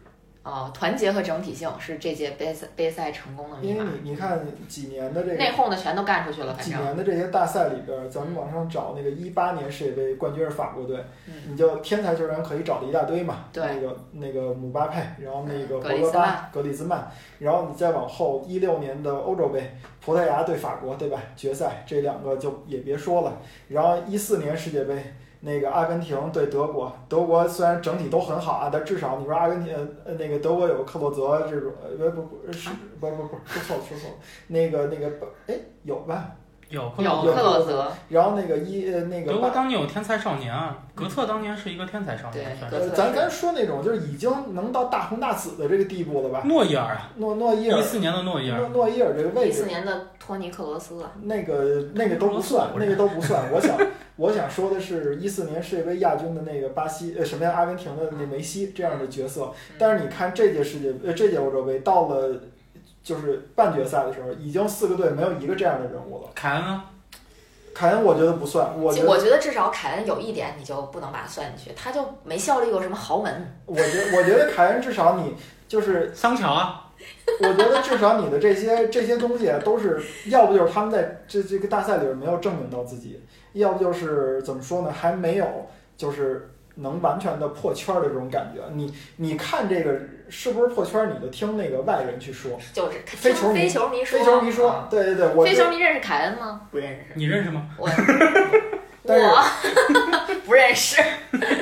S1: 哦，团结和整体性是这届杯赛杯赛成功的密
S2: 因为
S1: 码。
S2: 你你看几年的这
S1: 内
S2: 个
S1: 讧的全都干出去了，反
S2: 几
S1: 正
S2: 年的这些大赛里边，咱们往上找那个一八年世界杯冠军是法国队，
S1: 嗯
S2: 你就天才球员可以找的一大堆嘛，
S1: 对
S2: 那个那个姆巴佩，然后那个
S1: 嗯
S2: 博格巴、格里兹曼，然后你再往后一六年的欧洲杯，葡萄牙对法国，对吧？决赛这两个就也别说了，然后一四年世界杯。那个阿根廷对德国，德国虽然整体都很好啊，但至少你说阿根廷呃那个德国有克洛泽这种，呃不不不是不不不说错了说错了，那个那个哎有吧？
S3: 有克
S1: 有
S3: 劳
S1: 克
S3: 泽，
S1: 劳泽，
S2: 然后那个一呃那
S3: 德
S2: 个
S3: 国
S2: 巴，
S3: 当年有天才少年啊，格策当年是一个天才少年，
S1: 对
S3: 算
S1: 格
S3: 是
S1: 策
S2: 呃咱咱说那种就是已经能到大红大紫的这个地步了吧？
S3: 诺伊尔啊，
S2: 诺诺伊尔
S3: 一，四年的诺伊尔
S2: 诺，诺伊尔这个位
S1: 一
S2: 置
S1: 四，年的托尼克罗斯啊，
S2: 那个那个都不算，那个都不算。我想我想说的是，一四年世界杯亚军的那个巴西呃什么呀阿根廷的那梅西这样的角色，但是你看这届世界呃这届欧洲杯到了就是半决赛的时候，已经四个队没有一个这样的人物了。
S3: 凯恩啊，
S2: 凯恩我觉得不算，我觉
S1: 就
S2: 得
S1: 我觉得至少凯恩有一点你就不能把他算进去，他就没效力过什么豪门。
S2: 我觉得我觉得凯恩至少你就是
S3: 桑乔啊，
S2: 我觉得至少你的这些这些东西啊都是，要不就是他们在这这个大赛里边没有证明到自己，要不就是怎么说呢，还没有就是能完全的破圈儿的这种感觉。你你看这个是不是破圈儿，你就听那个外人去说，
S1: 就是
S2: 非球迷
S1: 听非球迷说，
S2: 非球迷说
S1: 啊，
S2: 对对对，我
S1: 非
S2: 觉
S1: 球
S2: 得
S1: 迷认识凯恩吗？不认识，
S3: 你认识吗？
S1: 我
S2: 但是
S1: 我 不认识。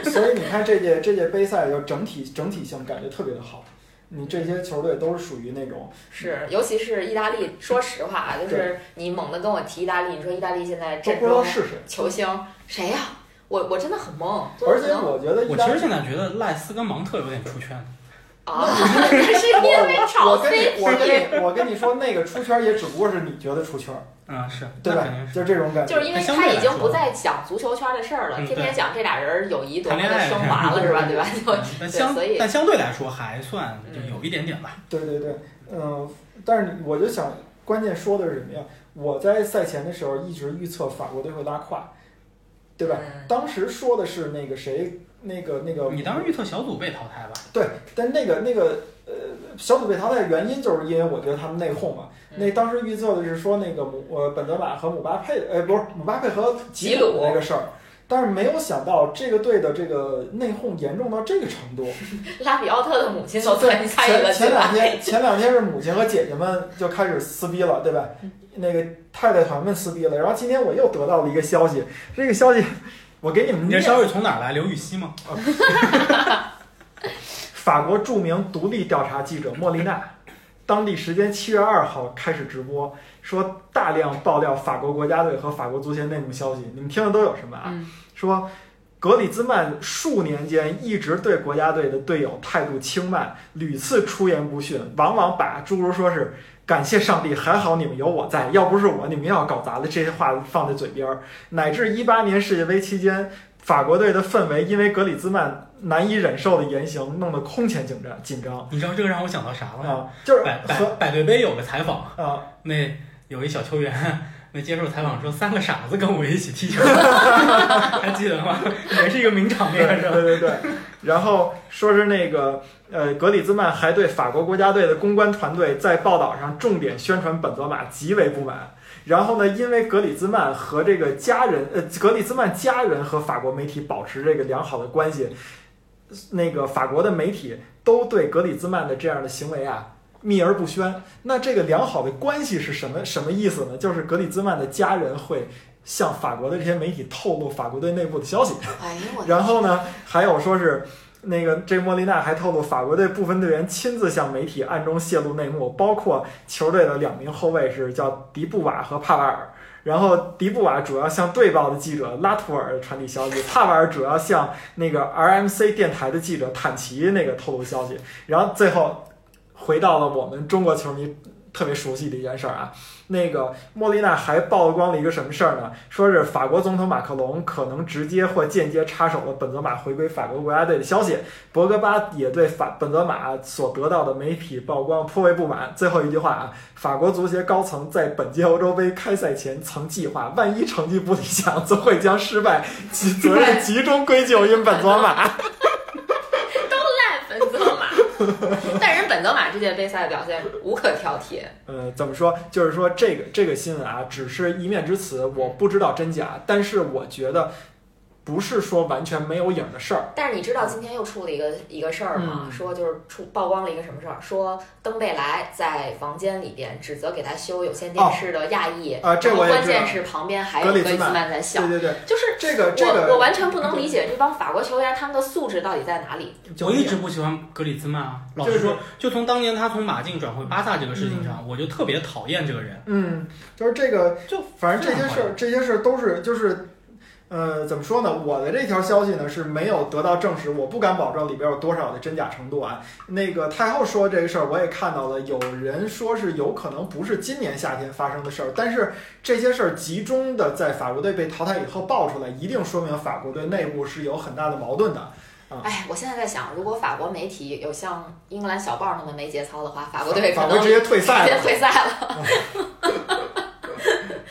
S2: 所以你看这届这届杯赛就整体整体性感觉特别的好，你这些球队都是属于那种
S1: 是，尤其是意大利，说实话啊，就是你猛地跟我提意大利，你说意大利现在
S2: 都
S1: 阵
S2: 不知道
S1: 中
S2: 是谁，
S1: 球星谁呀、我我真的很懵，就是
S2: 而且我觉得意
S3: 我
S2: 大
S3: 其
S2: 利
S3: 实现在觉得赖斯跟芒特有点出圈，
S1: 啊， 是因为
S2: 我
S1: 炒
S2: 跟
S1: 飞
S2: 你，我跟
S1: 机，
S2: 你，我跟你说，那个出圈儿也只不过是你觉得出圈儿，
S3: 嗯，是，
S2: 对
S3: 那
S2: 吧
S3: 肯定？是
S2: 就这种感觉。
S1: 就是因为
S3: 相
S1: 他
S3: 对来
S1: 已经
S3: 说
S1: 不再讲足球圈的事儿了，
S3: 嗯
S1: 天天讲这俩人友谊多么
S3: 谈恋
S1: 的
S3: 爱嗯
S1: 升华了，是吧？对吧？ 就
S3: 但相
S1: 所以
S3: 但相对来说还算就
S2: 嗯
S3: 有一点点吧。
S2: 对对对，嗯、但是我就想，关键说的是什么呀？我在赛前的时候一直预测法国队会拉胯，对吧？
S1: 嗯
S2: 当时说的是那个谁，那个那个，
S3: 你当时预测小组被淘汰吧？
S2: 对，但那个那个呃，小组被淘汰的原因就是因为我觉得他们内讧嘛。那当时预测的是说那个姆呃本泽马和姆巴佩，呃不是姆巴佩和吉
S1: 吉
S2: 鲁
S1: 鲁
S2: 那个事儿。但是没有想到这个队的这个内讧严重到这个程度，
S1: 拉比奥特的母亲都参
S2: 对，
S1: 参与了，
S2: 前前
S1: 对
S2: 两
S1: 吧？
S2: 天前两天是母亲和姐姐们就开始撕逼了，对吧？
S1: 嗯
S2: 那个太太团们撕逼了，然后今天我又得到了一个消息，这个消息我给你们
S3: 你这
S2: 念，
S3: 消息从哪儿来？刘禹锡吗？
S2: 法国著名独立调查记者莫莉娜，当地时间七月二号开始直播，说大量爆料法国国家队和法国足协内幕消息，你们听的都有什么啊？
S1: 嗯，
S2: 说格里兹曼数年间一直对国家队的队友态度轻慢，屡次出言不逊，往往把诸如说是感谢上帝，还好你们有我在，要不是我，你们又要搞砸了这些话放在嘴边儿。乃至一八年世界杯期间，法国队的氛围因为格里兹曼难以忍受的言行，弄得空前紧张紧张
S3: 你知道这个让我想到啥了吗？
S2: 啊，就是
S3: 百百
S2: 和
S3: 百对杯有个采访，
S2: 啊，
S3: 那有一小球员。那接受采访说三个傻子跟我一起踢球，还记得吗？也是一个名场
S2: 对
S3: 面，是吧？
S2: 对对对。然后说是那个呃，格里兹曼还对法国国家队的公关团队在报道上重点宣传本泽马极为不满。然后呢，因为格里兹曼和这个家人，呃，格里兹曼家人和法国媒体保持这个良好的关系，那个法国的媒体都对格里兹曼的这样的行为啊秘而不宣。那这个良好的关系是什么什么意思呢？就是格里兹曼的家人会向法国的这些媒体透露法国队内部的消息。
S1: 哎呦我的
S2: 然后呢，还有说是那个这莫莉娜还透露，法国队部分队员亲自向媒体暗中泄露内幕，包括球队的两名后卫是叫迪布瓦和帕瓦尔。然后迪布瓦主要向队报的记者拉图尔传递消息，帕瓦尔主要向那个 RMC 电台的记者坦奇那个透露消息，然后最后回到了我们中国球迷特别熟悉的一件事儿啊，那个莫莉娜还曝光了一个什么事儿呢？说是法国总统马克龙可能直接或间接插手了本泽马回归法国国家队的消息。博格巴也对法本泽马所得到的媒体曝光颇为不满。最后一句话啊，法国足协高层在本届欧洲杯开赛前曾计划，万一成绩不理想，则会将失败及责任集中归咎于本泽马。
S1: 都烂本泽马，但人本泽马这届杯赛的表现无可挑剔，
S2: 呃，怎么说？就是说这个这个新闻啊，只是一面之词，我不知道真假，但是我觉得。不是说完全没有影儿的事儿。
S1: 但是你知道今天又出了一个一个事儿吗？
S2: 嗯
S1: 说就是出曝光了一个什么事儿？说登贝莱在房间里边指责给他修有线电视的亚裔，
S2: 哦啊这我
S1: 然后呃
S2: 也
S1: 关
S2: 知
S1: 键
S2: 道
S1: 是旁边还有
S2: 格里
S1: 格
S2: 兹
S1: 里兹
S2: 曼
S1: 曼在笑
S2: 对，对对，
S1: 就是
S2: 这个这
S1: 我我
S2: 个
S1: 完全不能理解这帮法国球员他们的素质到底在哪里。
S3: 我一直不喜欢格里兹曼啊，老实说，就从当年他从马竞转回巴萨这个事情上，我就特别讨厌这个人。
S2: 嗯，就是这个，
S3: 就
S2: 反正这些事儿，这些事儿都是就是，呃，怎么说呢？我的这条消息呢是没有得到证实，我不敢保证里边有多少的真假程度啊。那个太后说这个事儿，我也看到了，有人说是有可能不是今年夏天发生的事儿，但是这些事儿集中的在法国队被淘汰以后爆出来，一定说明法国队内部是有很大的矛盾的。
S1: 哎，我现在在想，如果法国媒体有像英格兰小报那么没节操的话，法国队可
S2: 法
S1: 能
S2: 国直接退赛
S1: 直接
S2: 了。
S1: 退赛了。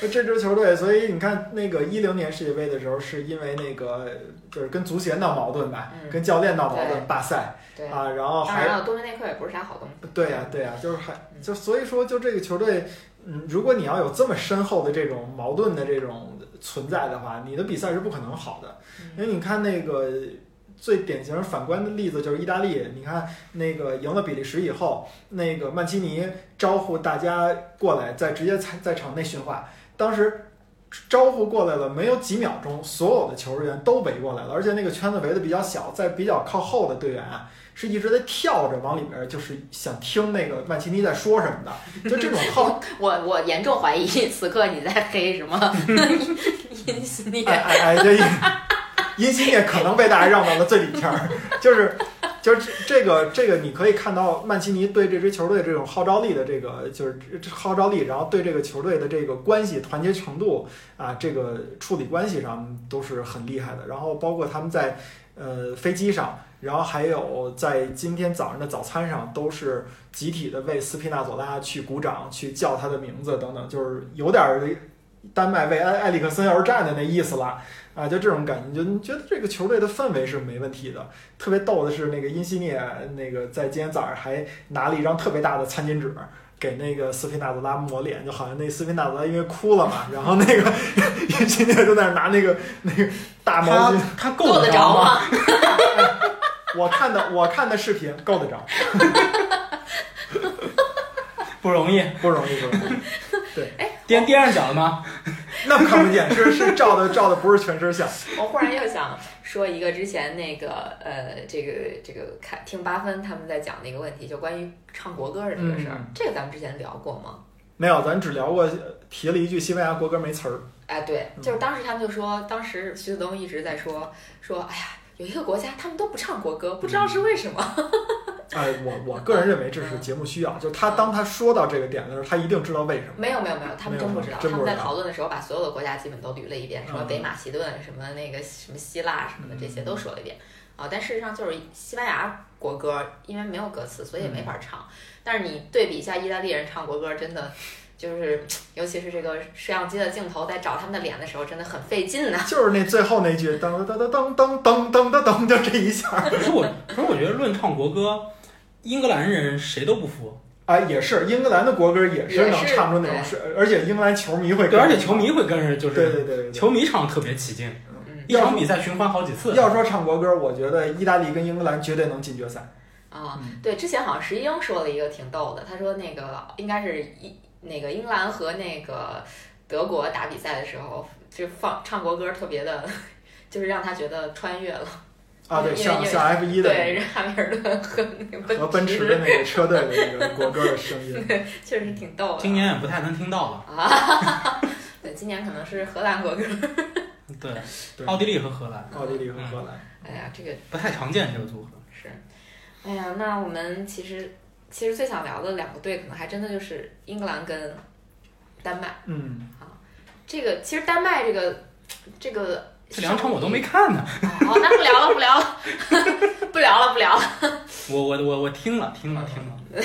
S2: 这支球队，所以你看，那个一零年世界杯的时候，是因为那个就是跟足协闹矛盾吧，
S1: 嗯
S2: 跟教练闹矛
S1: 对
S2: 盾罢赛
S1: 对，
S2: 啊，然后
S1: 当然
S2: 还
S1: 了，多嗯明内克也不是啥好东西。
S2: 对呀、对呀、就是还就所以说，就这个球队，嗯，如果你要有这么深厚的这种矛盾的这种存在的话，你的比赛是不可能好的。因为你看那个最典型反观的例子就是意大利，你看那个赢了比利时以后，那个曼奇尼招呼大家过来，在直接在在场内训话，当时。招呼过来了，没有几秒钟，所有的球员都围过来了，而且那个圈子围的比较小，在比较靠后的队员啊，是一直在跳着往里边儿，就是想听那个曼奇尼在说什么的，就这种靠
S1: 我我严重怀疑 此刻你在黑什 么因西
S2: 哎
S1: 涅。
S2: 哎哎，这阴阴心也可能被大家让到了最里边儿，就是就是这这个这个，你可以看到曼奇尼对这支球队这种号召力的这个就是这号召力，然后对这个球队的这个关系团结程度啊，这个处理关系上都是很厉害的。然后包括他们在呃飞机上。然后还有在今天早上的早餐上，都是集体的为斯皮纳佐拉去鼓掌，去叫他的名字等等，就是有点儿丹麦为埃埃里克森而战的那意思了啊，就这种感觉，你觉得这个球队的氛围是没问题的。特别逗的是，那个因西涅那个在今天早上还拿了一张特别大的餐巾纸。给那个斯皮纳佐拉抹脸，就好像那斯皮纳佐拉因为哭了嘛，然后那个因西涅就在那儿拿那个那个大毛
S3: 他
S2: 巾，
S3: 他
S1: 够
S3: 够
S1: 得
S3: 着
S1: 着
S3: 吗？
S1: 吗？
S2: 我看的我看的视频够得着，
S3: 不容易，
S2: 不容易不容易。
S3: 颠颠上脚了吗？
S2: 那看不见，是是照的照的不是全身像，
S1: 我忽然又想说一个之前那个呃，这个这个看听八分他们在讲的一个问题，就关于唱国歌的这个事儿。
S2: 嗯
S1: 这个咱们之前聊过吗？
S2: 没有，咱只聊过提了一句西班牙国歌没词儿，
S1: 哎，对，
S2: 嗯
S1: 就是当时他们就说，当时徐子东一直在说说，哎呀，有一个国家他们都不唱国歌，不知道
S2: 嗯
S1: 是为什么。
S2: 哎，我我个人认为这是节目需要，就他当他说到这个点的时候，他一定知道为什么。
S1: 没有没有没有，他们
S2: 没有
S1: 真不
S2: 没有
S1: 知道。
S2: 真
S1: 他
S2: 不
S1: 们在
S2: 知道
S1: 讨论的时候，把所有的国家基本都捋了一遍，什么
S2: 嗯
S1: 北马其顿，什么那个什么希腊，什么的这些都说了一遍。啊，但事实上就是西班牙国歌，因为没有歌词，所以也
S2: 嗯
S1: 没法唱。但是你对比一下意大利人唱国歌，真的就是，尤其是这个摄像机的镜头在找他们的脸的时候，真的很费劲呐、
S2: 就是那最后那句噔噔噔噔噔噔噔噔噔，就这一下，
S3: 可是我，可是我觉得论唱国歌，英格兰人谁都不服，
S2: 哎，也是英格兰的国歌也是能
S1: 也是
S2: 唱出那种水，而且英格兰球迷会跟着
S3: 对，
S2: 唱，
S3: 而且球迷会跟着，就
S2: 对对对
S3: 是
S2: 对对
S3: 球迷唱得特别起劲，
S1: 嗯
S3: 一场比赛循环好几次。
S2: 要说唱国歌，我觉得意大利跟英格兰绝对能进决赛。
S1: 啊、
S2: 嗯
S1: 对，之前好像石一英说了一个挺逗的，他说那个应该是英那个英格兰和那个德国打比赛的时候，就放唱国歌特别的， 就是让他觉得穿越了。
S2: 啊，对，
S1: 因为因
S2: 像
S1: 为
S2: 像 F 一的
S1: 对，汉密尔顿和那个
S2: 和奔驰的那个车队的那个国歌的声音，
S1: 确实挺逗的。
S3: 今年也不太能听到了，
S1: 啊，对，今年可能是荷兰国歌。
S3: 对，
S2: 对
S3: 奥地利和荷兰
S2: 奥地利和荷兰，
S1: 哎呀，这个
S3: 不太常见这个组合。
S1: 是，哎呀，那我们其实其实最想聊的两个队，可能还真的就是英格兰跟丹麦。
S2: 嗯，
S1: 这个其实丹麦这个这个
S3: 这两场我都没看呢，
S1: 哦，那不聊了，不聊了， 不聊了，不聊了。
S3: 我我我我听了听了听了，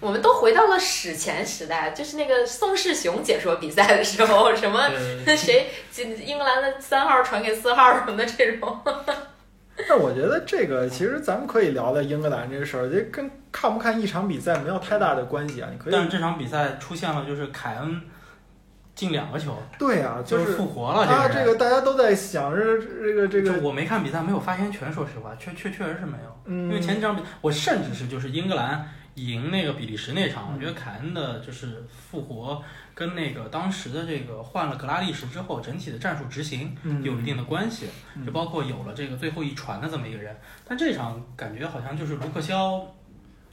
S1: 我们都回到了史前时代，就是那个宋世雄解说比赛的时候，什么
S3: 对 对对
S1: 那谁，英格兰的三号传给四号什么的这种。
S2: 但我觉得这个其实咱们可以聊聊英格兰这个事儿，这跟看不看一场比赛没有太大的关系啊。你可以
S3: 但是这场比赛出现了就是凯恩进两个球，
S2: 对呀、
S3: 就
S2: 就是
S3: 复活了。
S2: 他
S3: 这
S2: 这个大家都在想着这个这
S3: 这
S2: 个，
S3: 我没看比赛，没有发言权，说实话，确确确实是没有。
S2: 嗯，
S3: 因为前几场比，我甚至是就是英格兰赢那个比利时那场，我觉得凯恩的就是复活跟那个当时的这个换了格拉利什之后，整体的战术执行
S2: 嗯
S3: 有一定的关系，
S2: 嗯
S3: 就包括有了这个最后一传的这么一个人。但这场感觉好像就是卢克肖。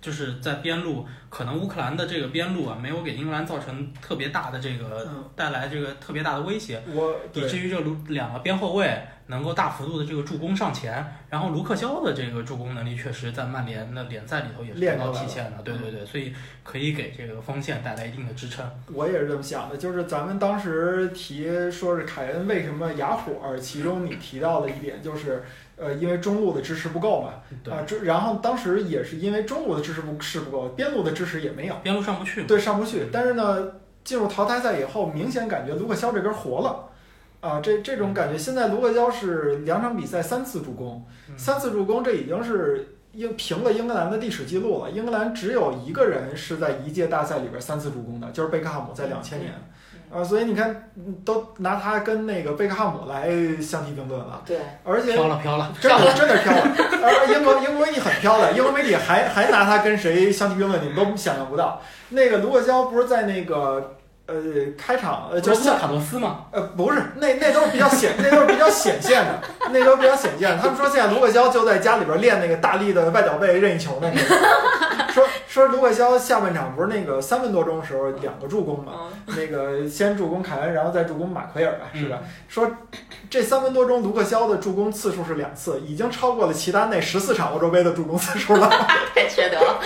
S3: 就是在边路，可能乌克兰的这个边路啊，没有给英格兰造成特别大的这个
S2: 嗯
S3: 带来这个特别大的威胁，
S2: 我
S3: 以至
S2: 对
S3: 于这卢两个边后卫能够大幅度的这个助攻上前，然后卢克肖的这个助攻能力确实在曼联的联赛里头也是得
S2: 练
S3: 到
S2: 出来了
S3: 体
S2: 嗯
S3: 现的，对对对，所以可以给这个锋线带来一定的支撑。
S2: 我也是这么想的，就是咱们当时提说是凯恩为什么哑火，其中你提到了一点就是。呃，因为中路的支持不够嘛，
S3: 对，
S2: 啊，这然后当时也是因为中路的支持不是不够，边路的支持也没有，
S3: 边路上不去嘛，
S2: 对，上不去。但是呢，进入淘汰赛以后，明显感觉卢克肖这根活了。啊，这这种感觉，现在卢克肖是两场比赛三次助攻，
S3: 嗯
S2: 三次助攻，这已经是英平了英格兰的历史记录了。英格兰只有一个人是在一届大赛里边三次助攻的，就是贝克汉姆，在两千年。啊，所以你看，嗯都拿他跟那个贝克汉姆来相提并论了，
S1: 对，
S2: 而且
S3: 飘了飘了，
S2: 真的真的飘了。而英国英国媒体很飘的，英国媒体还还拿他跟谁相提并论，你们都想象不到。那个卢克肖不是在那个呃开场呃就
S3: 罗斯
S2: 是
S3: 卡洛斯嘛，
S2: 呃不是那那都是比较显那都是比较显现的，那都是比较显现的。他们说现在卢克肖就在家里边练那个大力的外脚背任意球那个。说说卢克肖下半场不是那个三分多钟的时候两个助攻嘛，
S1: 嗯，
S2: 那个先助攻凯恩，然后再助攻马奎尔吧，
S3: 嗯
S2: 是吧？说这三分多钟，卢克肖的助攻次数是两次，已经超过了齐达内十四场欧洲杯的助攻次数 了。
S1: 太缺德了。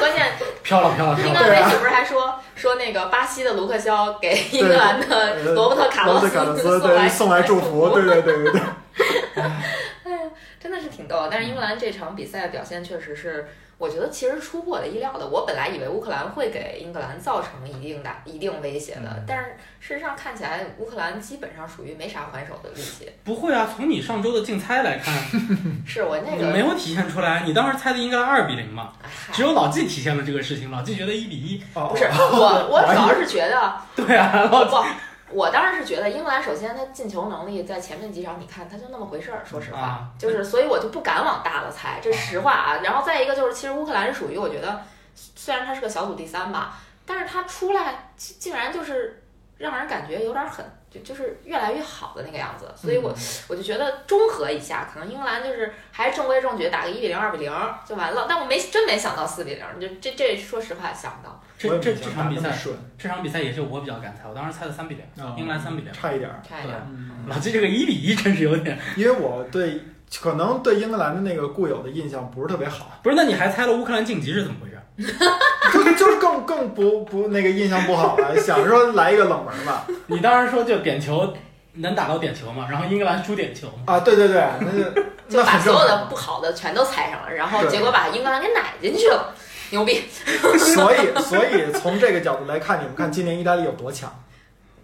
S1: 关键
S3: 飘了飘了飘
S1: 英
S3: 了
S1: 格。兰媒体不是还说说那个巴西的卢克肖给英格兰的罗伯特卡洛
S2: 罗
S1: 斯
S2: 斯卡洛斯对
S1: 送
S2: 送来祝福，对对对对 对，
S1: 啊真的是挺逗的。但是英格兰这场比赛的表现确实是，我觉得其实出乎我的意料的。我本来以为乌克兰会给英格兰造成一定的一定威胁的
S3: 嗯，
S1: 但是事实上看起来乌克兰基本上属于没啥还手的力气。
S3: 不会啊，从你上周的竞猜来看，
S1: 是我那
S3: 你
S1: 个哎
S3: 没有体现出来。你当时猜的英格兰二比零嘛，
S1: 嗨
S3: 只有老纪体现了这个事情，老纪觉得一比一。
S2: 哦
S1: 不是我，我主要是觉得。
S3: 对啊，
S1: 哦
S3: 老纪
S1: 不，我当然是觉得英格兰首先他进球能力在前面几场，你看他就那么回事儿。说实话，
S3: 啊
S1: 就是所以我就不敢往大了猜，这
S3: 啊
S1: 实话啊。然后再一个就是，其实乌克兰是属于我觉得，虽然他是个小组第三吧，但是他出来竟竟然就是让人感觉有点狠，就就是越来越好的那个样子。所以我、
S3: 嗯
S1: 我就觉得中和一下，可能英格兰就是还是正规正矩打个一比零、二比零就完了。但我没真没想到四比零，就这这说实话想不到。
S2: 我
S3: 这
S2: 也没
S3: 这
S2: 想
S3: 这
S2: 打
S3: 场比
S2: 那么
S3: 赛，
S2: 顺，嗯
S3: 这场比赛也是我比较敢猜，我当时猜的三比零，英格兰三比零。
S2: 差一点儿，
S1: 看一
S3: 对啊
S1: 下，
S2: 嗯
S3: 老纪这个一比一真是有点，
S2: 因为我对可能对英格兰的那个固有的印象不是特别好，
S3: 不是？那你还猜了乌克兰晋级是怎么回事？
S2: 就就是更更不不那个印象不好了，想着说来一个冷门吧。
S3: 你当时说就点球能打到点球嘛，然后英格兰输点球嘛，
S2: 啊，对对对，那就
S1: 就
S2: 那
S1: 把
S2: 很
S1: 所
S2: 正
S1: 有
S2: 常
S1: 的不好的全都猜上了，然后
S2: 对
S1: 结果把英格兰给奶进去了，牛逼！
S2: 所以，所以从这个角度来看，你们看今年意大利有多强？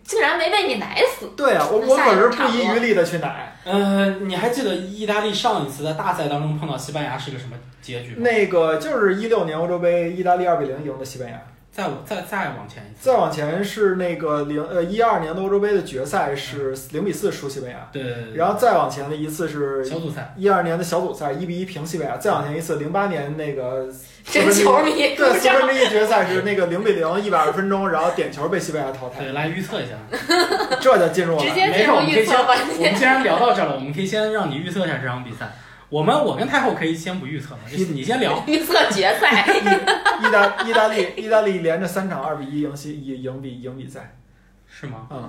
S1: 竟然没被你奶死，
S2: 对啊，我我可是不遗余力的去奶。
S3: 呃，你还记得意大利上一次在大赛当中碰到西班牙是个什么结局吗？
S2: 那个就是一六年欧洲杯，意大利二比零赢的西班牙。
S3: 再往再再往前一次，
S2: 再往前是那个零呃一二年的欧洲杯的决赛是零比四输西班牙，
S3: 对对对对，
S2: 然后再往前的一次是
S3: 小组赛，
S2: 一二年的小组赛一比一平西班牙，再往前一次零八年那个
S1: 真球迷
S2: 对
S1: 鼓
S2: 四分
S1: 掌。
S2: 之一决赛是那个零比零一百二十分钟，然后点球被西班牙淘汰，
S3: 对，来预测一下。
S2: 这就进入了
S1: 直接
S3: 没
S1: 进
S3: 事，我
S1: 入
S3: 们
S1: 预
S3: 可以先，
S1: 测环
S3: 我
S1: 节
S3: 们，既然聊到这儿了，我们可以先让你预测一下这场比赛。我们我跟太后可以先不预测了，你你先聊。
S1: 预测决赛。
S2: 意大意大利意大利连着三场二比一赢西赢赢比赢比赛，
S3: 是吗？
S2: 嗯，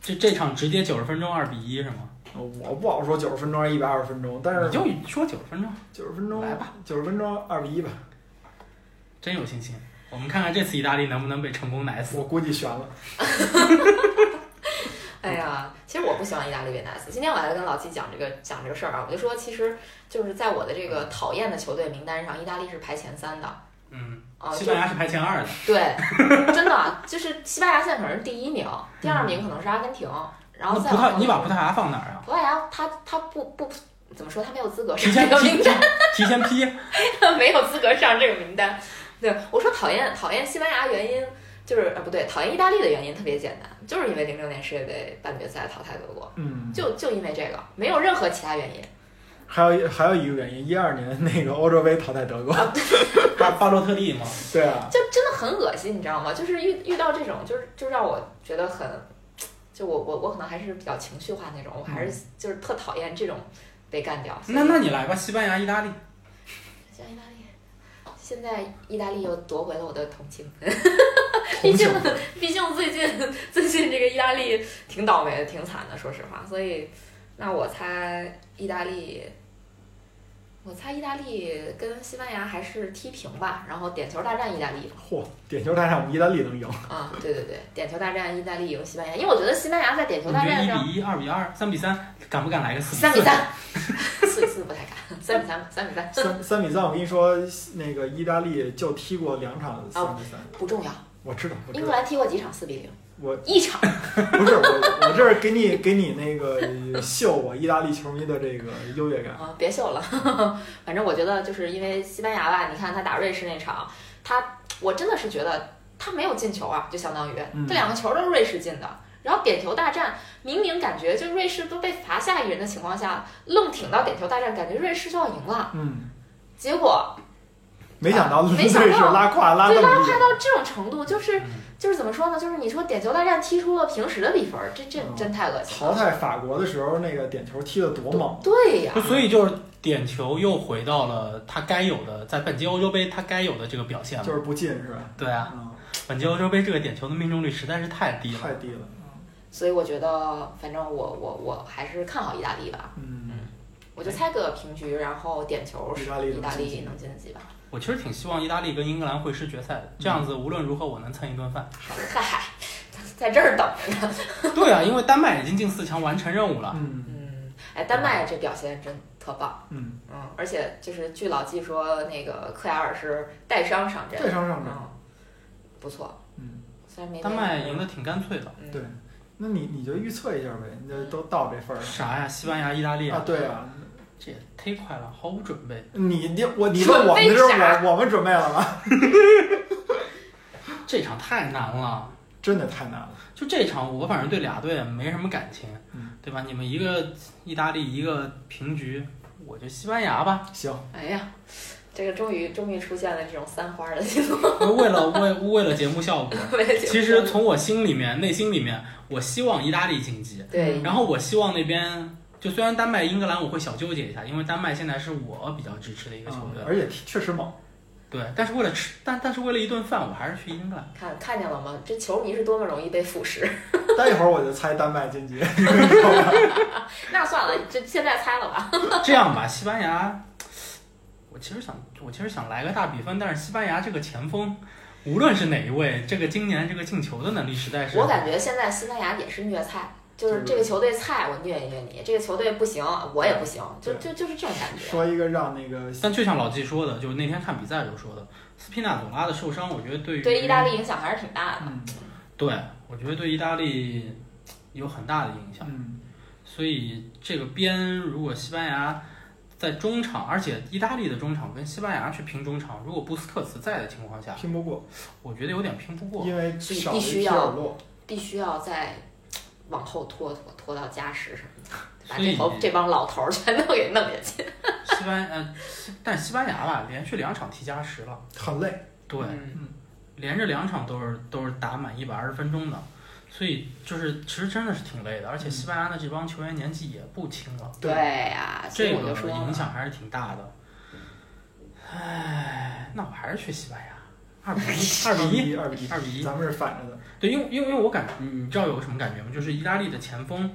S3: 这这场直接九十分钟二比一是吗？
S2: 我不好说九十分钟还是一百二十分钟，但
S1: 呃
S3: 你
S2: 是
S3: 就说九十分钟，
S2: 九十分钟
S3: 来吧，
S2: 九十分钟二比一吧，
S3: 真有信心。我们看看这次意大利能不能被成功奶死。
S2: 我估计悬了。
S1: 哎呀，其实我不希望意大利被奶死。今天我还在跟老七讲这个讲这个事儿啊，我就说，其实就是在我的这个讨厌的球队名单上，意大利是排前三的
S3: 嗯，
S1: 啊，
S3: 西
S1: 就
S3: 班牙是排前二的，
S1: 对， 真的啊就是西班牙现在可能是第一名，第二名可能是阿根廷，然后
S3: 那
S1: 再
S3: 葡
S1: 往
S3: 萄
S1: 后
S3: 你把葡萄牙放哪儿啊？
S1: 葡萄牙他他不不怎么说，他没有资格
S3: 提
S1: 上这个
S3: 前批
S1: 名，
S3: 提前批。
S1: 单，没有资格上这个名单。对我说讨厌讨厌西班牙原因就是呃不对，讨厌意大利的原因特别简单，就是因为零六年世界杯半决赛淘汰德国，
S2: 嗯，
S1: 就就因为这个，没有任何其他原因。
S2: 还有还有一个原因，一二年那个欧洲杯淘汰德国，
S3: 巴巴洛特利嘛，
S2: 对啊，
S1: 就真的很恶心，你知道吗？就是遇遇到这种，就是就让我觉得很，就我我我可能还是比较情绪化那种，我还是就是特讨厌这种被干掉。所以
S3: 嗯那那你来吧，西班牙、意大利，
S1: 像意大利，现在意大利又夺回了我的同情分。
S2: 同
S1: 毕竟
S2: 情
S1: 毕竟最近最近这个意大利挺倒霉的，挺惨的，说实话。所以，那我猜意大利，我猜意大利跟西班牙还是踢平吧，然后点球大战意大利。
S2: 嚯，点球大战我们意大利能赢，
S1: 啊，对对对，点球大战意大利赢西班牙，因为我觉得西班牙在点
S3: 你
S1: 球大
S3: 觉得
S1: 战
S3: 一
S1: 上
S3: 比一、二比二、三比三，敢不敢来个四
S1: 三比
S3: 四？
S1: 三， 四比四不太敢，三比三吧，三比三
S2: 三三比三，我跟你说，那个意大利就踢过两场三比三，
S1: 不重要。
S2: 我知道，我知
S1: 英格
S2: 道，
S1: 兰踢过几场四比零？
S2: 我
S1: 一场。
S2: 不是我，我这儿给你给你那个秀我意大利球迷的这个优越感，
S1: 啊，别秀了。 反正我觉得就是因为西班牙吧，你看他打瑞士那场，他我真的是觉得他没有进球啊，就相当于、
S2: 嗯
S1: 这两个球都是瑞士进的。然后点球大战，明明感觉就瑞士都被罚下一人的情况下，愣挺到点球大战，感觉瑞士就要赢了。
S2: 嗯，
S1: 结果
S2: 没想到
S1: 没
S2: 瑞士
S1: 想到
S2: 拉胯拉
S1: 对
S2: 这
S1: 拉
S2: 么
S1: 胯
S2: 厉害，
S1: 到这种程度，就是
S3: 嗯
S1: 就是怎么说呢？就是你说点球大战踢出了平时的比分，这这真太恶心
S2: 嗯淘
S1: 了。
S2: 汰法国的时候那个点球踢得多猛，
S1: 对呀、
S3: 所以就是点球又回到了他该有的，在本届欧洲杯他该有的这个表现了。
S2: 就是不进是吧？
S3: 对啊，
S2: 嗯，
S3: 本届欧洲杯这个点球的命中率实在是太低了。
S2: 太低了，
S1: 所以我觉得，反正我我我还是看好意大利吧。
S2: 嗯，
S1: 我就猜个平局，然后点球是
S2: 意大利能
S1: 意大
S2: 晋
S1: 利
S2: 级
S1: 能晋级吧？
S3: 我其实挺希望意大利跟英格兰会师决赛的，这样子无论如何我能蹭一顿饭。
S1: 嗨，在这儿等着呢。
S3: 对啊，因为丹麦已经进四强完成任务了。
S2: 嗯
S1: 嗯，哎，丹麦这表现真特棒。
S2: 嗯，
S1: 嗯，而且就是据老季说，那个克莱尔是带伤上阵，
S2: 带伤上阵，
S1: 嗯，不错。
S2: 嗯，
S1: 虽然没
S3: 丹麦赢得挺干脆的，
S1: 嗯
S2: 对，那你你就预测一下呗，你这都到这份儿上
S3: 哎啥呀？西班牙、意大利
S2: 啊？对，啊，
S3: 这也忒快了，毫无准备。
S2: 你你我你问我们的时候，
S1: 准备啥
S2: 我我们准备了吗？
S3: 这场太难了，
S2: 真的太难了，
S3: 就这场我反正对俩队没什么感情
S2: 嗯，
S3: 对吧？你们一个意大利，一个平局，我就西班牙吧。
S2: 行，
S1: 哎呀，这个终于终于出现了这种三花的结果。
S3: 为了为 为了节目效果， 其实从我心里面、内心里面，我希望意大利晋级，
S1: 对
S2: 嗯
S3: 然后我希望那边就虽然丹麦、英格兰我会小纠结一下，因为丹麦现在是我比较支持的一个球队，
S2: 嗯而且踢确实猛，
S3: 对，但是为了吃，但但是为了一顿饭，我还是去英格兰。
S1: 看看见了吗？这球迷是多么容易被腐蚀。
S2: 待一会儿我就猜丹麦晋级，
S1: 那算了，这现在猜了吧。
S3: 这样吧，西班牙，我其实想我其实想来个大比分，但是西班牙这个前锋，无论是哪一位，这个今年这个进球的能力实在是，
S1: 我感觉现在西班牙也是虐菜，就是这个球队菜，我虐一虐你；这个球队不行，我也不行，就就就是这种感觉。
S2: 说一个让那个
S3: 但就像老季说的，就是那天看比赛就说的，斯皮纳佐拉的受伤，我觉得对于
S1: 对意大利影响还是挺大的。
S2: 嗯
S3: 对，我觉得对意大利有很大的影响。
S2: 嗯
S3: 所以这个边如果西班牙在中场，而且意大利的中场跟西班牙去拼中场，如果布斯克茨在的情况下，
S2: 拼不过，
S3: 我觉得有点拼不过。
S2: 因为
S1: 所以
S2: 少
S1: 必
S2: 了一
S1: 须
S2: 皮
S1: 要
S2: 尔洛，
S1: 必须要再往后拖拖拖到加时什么的，把
S3: 所以
S1: 这头这帮老头儿全都给弄下去。
S3: 西班呃，西但西班牙吧，连续两场踢加时了，
S2: 很累，
S3: 对，
S1: 嗯
S3: 连着两场都是都是打满一百二十分钟的。所以就是，其实真的是挺累的，而且西班牙的这帮球员年纪也不轻了，
S1: 对呀、所
S3: 这
S1: 以
S3: 个
S1: 我就说嘛
S3: 影响还是挺大的。唉，那我还是去西班牙，二比一，二
S2: 二
S3: 比一，
S2: 一，二比
S3: 二比一。
S2: 咱们是反着的，
S3: 对，因为因为因为我感，
S1: 嗯
S3: 你知道有个什么感觉吗？就是意大利的前锋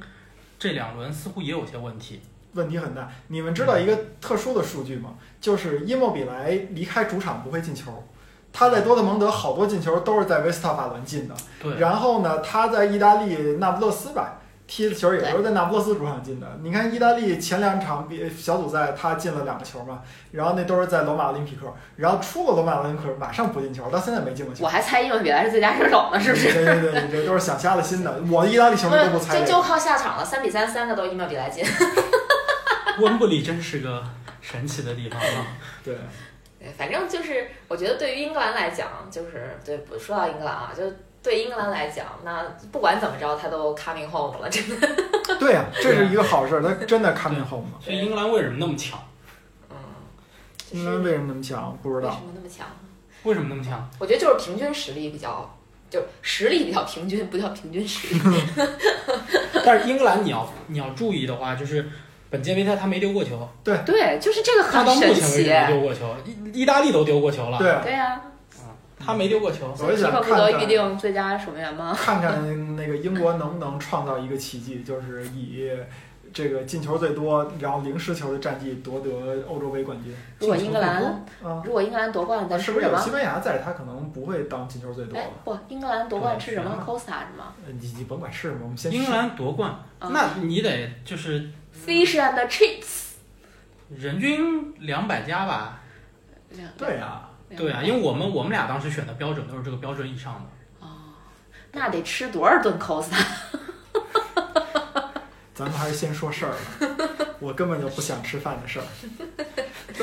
S3: 这两轮似乎也有些问题。
S2: 问题很大。你们知道一个特殊的数据吗？就是伊莫比莱离开主场不会进球。他在多特蒙德好多进球都是在维斯塔法伦进的，
S3: 对，
S2: 然后呢，他在意大利那不勒斯吧踢的球也都是在那不勒斯主场进的。你看意大利前两场比小组赛他进了两个球嘛，然后那都是在罗马奥林匹克，然后出了罗马奥林匹克马上不进球，到现在没进过球
S1: 我。还猜伊万比莱是最佳射手呢，是不是？嗯
S2: 对对对，你这都是想瞎了心的。我的意大利球迷都不
S1: 就
S2: 猜这个
S1: 就靠下场了，三比三，三个都伊万比莱进。
S3: 温布里真是个神奇的地方啊！
S2: 对，
S1: 对，反正就是我觉得对于英格兰来讲，就是对不说到英格兰啊，就对英格兰来讲，那不管怎么着，他都 coming home 了，真的。
S2: 对呀、这
S3: 啊
S2: 是一个好事儿，他真的 coming home 了。
S3: 所以英格兰为什么那么强？
S1: 嗯，就
S2: 英
S1: 是
S2: 格兰为什么那么强？不知
S1: 为
S2: 道
S1: 什。么那么强？
S3: 为什么那么强？
S1: 我觉得就是平均实力比较，就实力比较平均，不叫平均实力。
S3: 但是英格兰你要你要注意的话，就是本届杯赛他没丢过球，
S1: 对，就是这个
S3: 他
S1: 很
S3: 到目前
S1: 神
S3: 为
S1: 奇。
S3: 止没丢过球，意意大利都丢过球了，
S2: 对，啊
S1: 对呀、
S3: 他没丢过球。
S2: 我也
S1: 皮
S2: 想
S1: 克
S2: 看
S1: 不得预
S2: 看
S1: 定最佳守门员吗？
S2: 看看那个英国能不能创造一个奇迹，就是以这个进球最多，然后零失球的战绩夺得欧洲杯冠军。
S1: 如果英格兰，
S2: 啊，
S1: 如果英格兰夺冠，咱
S2: 是
S1: 吃
S2: 不是
S1: 什
S2: 有
S1: 么
S2: 西？班牙在，他可能不会当进球最多
S1: 哎
S2: 了？，
S1: 不，英格兰夺冠
S2: 啊对
S1: 吃什么
S2: 全了
S1: ？Costa 是吗
S2: 呃你你甭管是什么，我们先
S3: 英格兰夺冠，
S1: 嗯
S3: 那你得就是
S2: 嗯
S1: ？Fish and chips。
S3: 人均两百加吧？
S1: 两
S2: 对啊，
S3: 对啊，因为我们我们俩当时选的标准都是这个标准以上的。
S1: 哦那得吃多少顿 Costa？
S2: 咱们还是先说事儿吧。 我根本就不想吃饭的 事儿，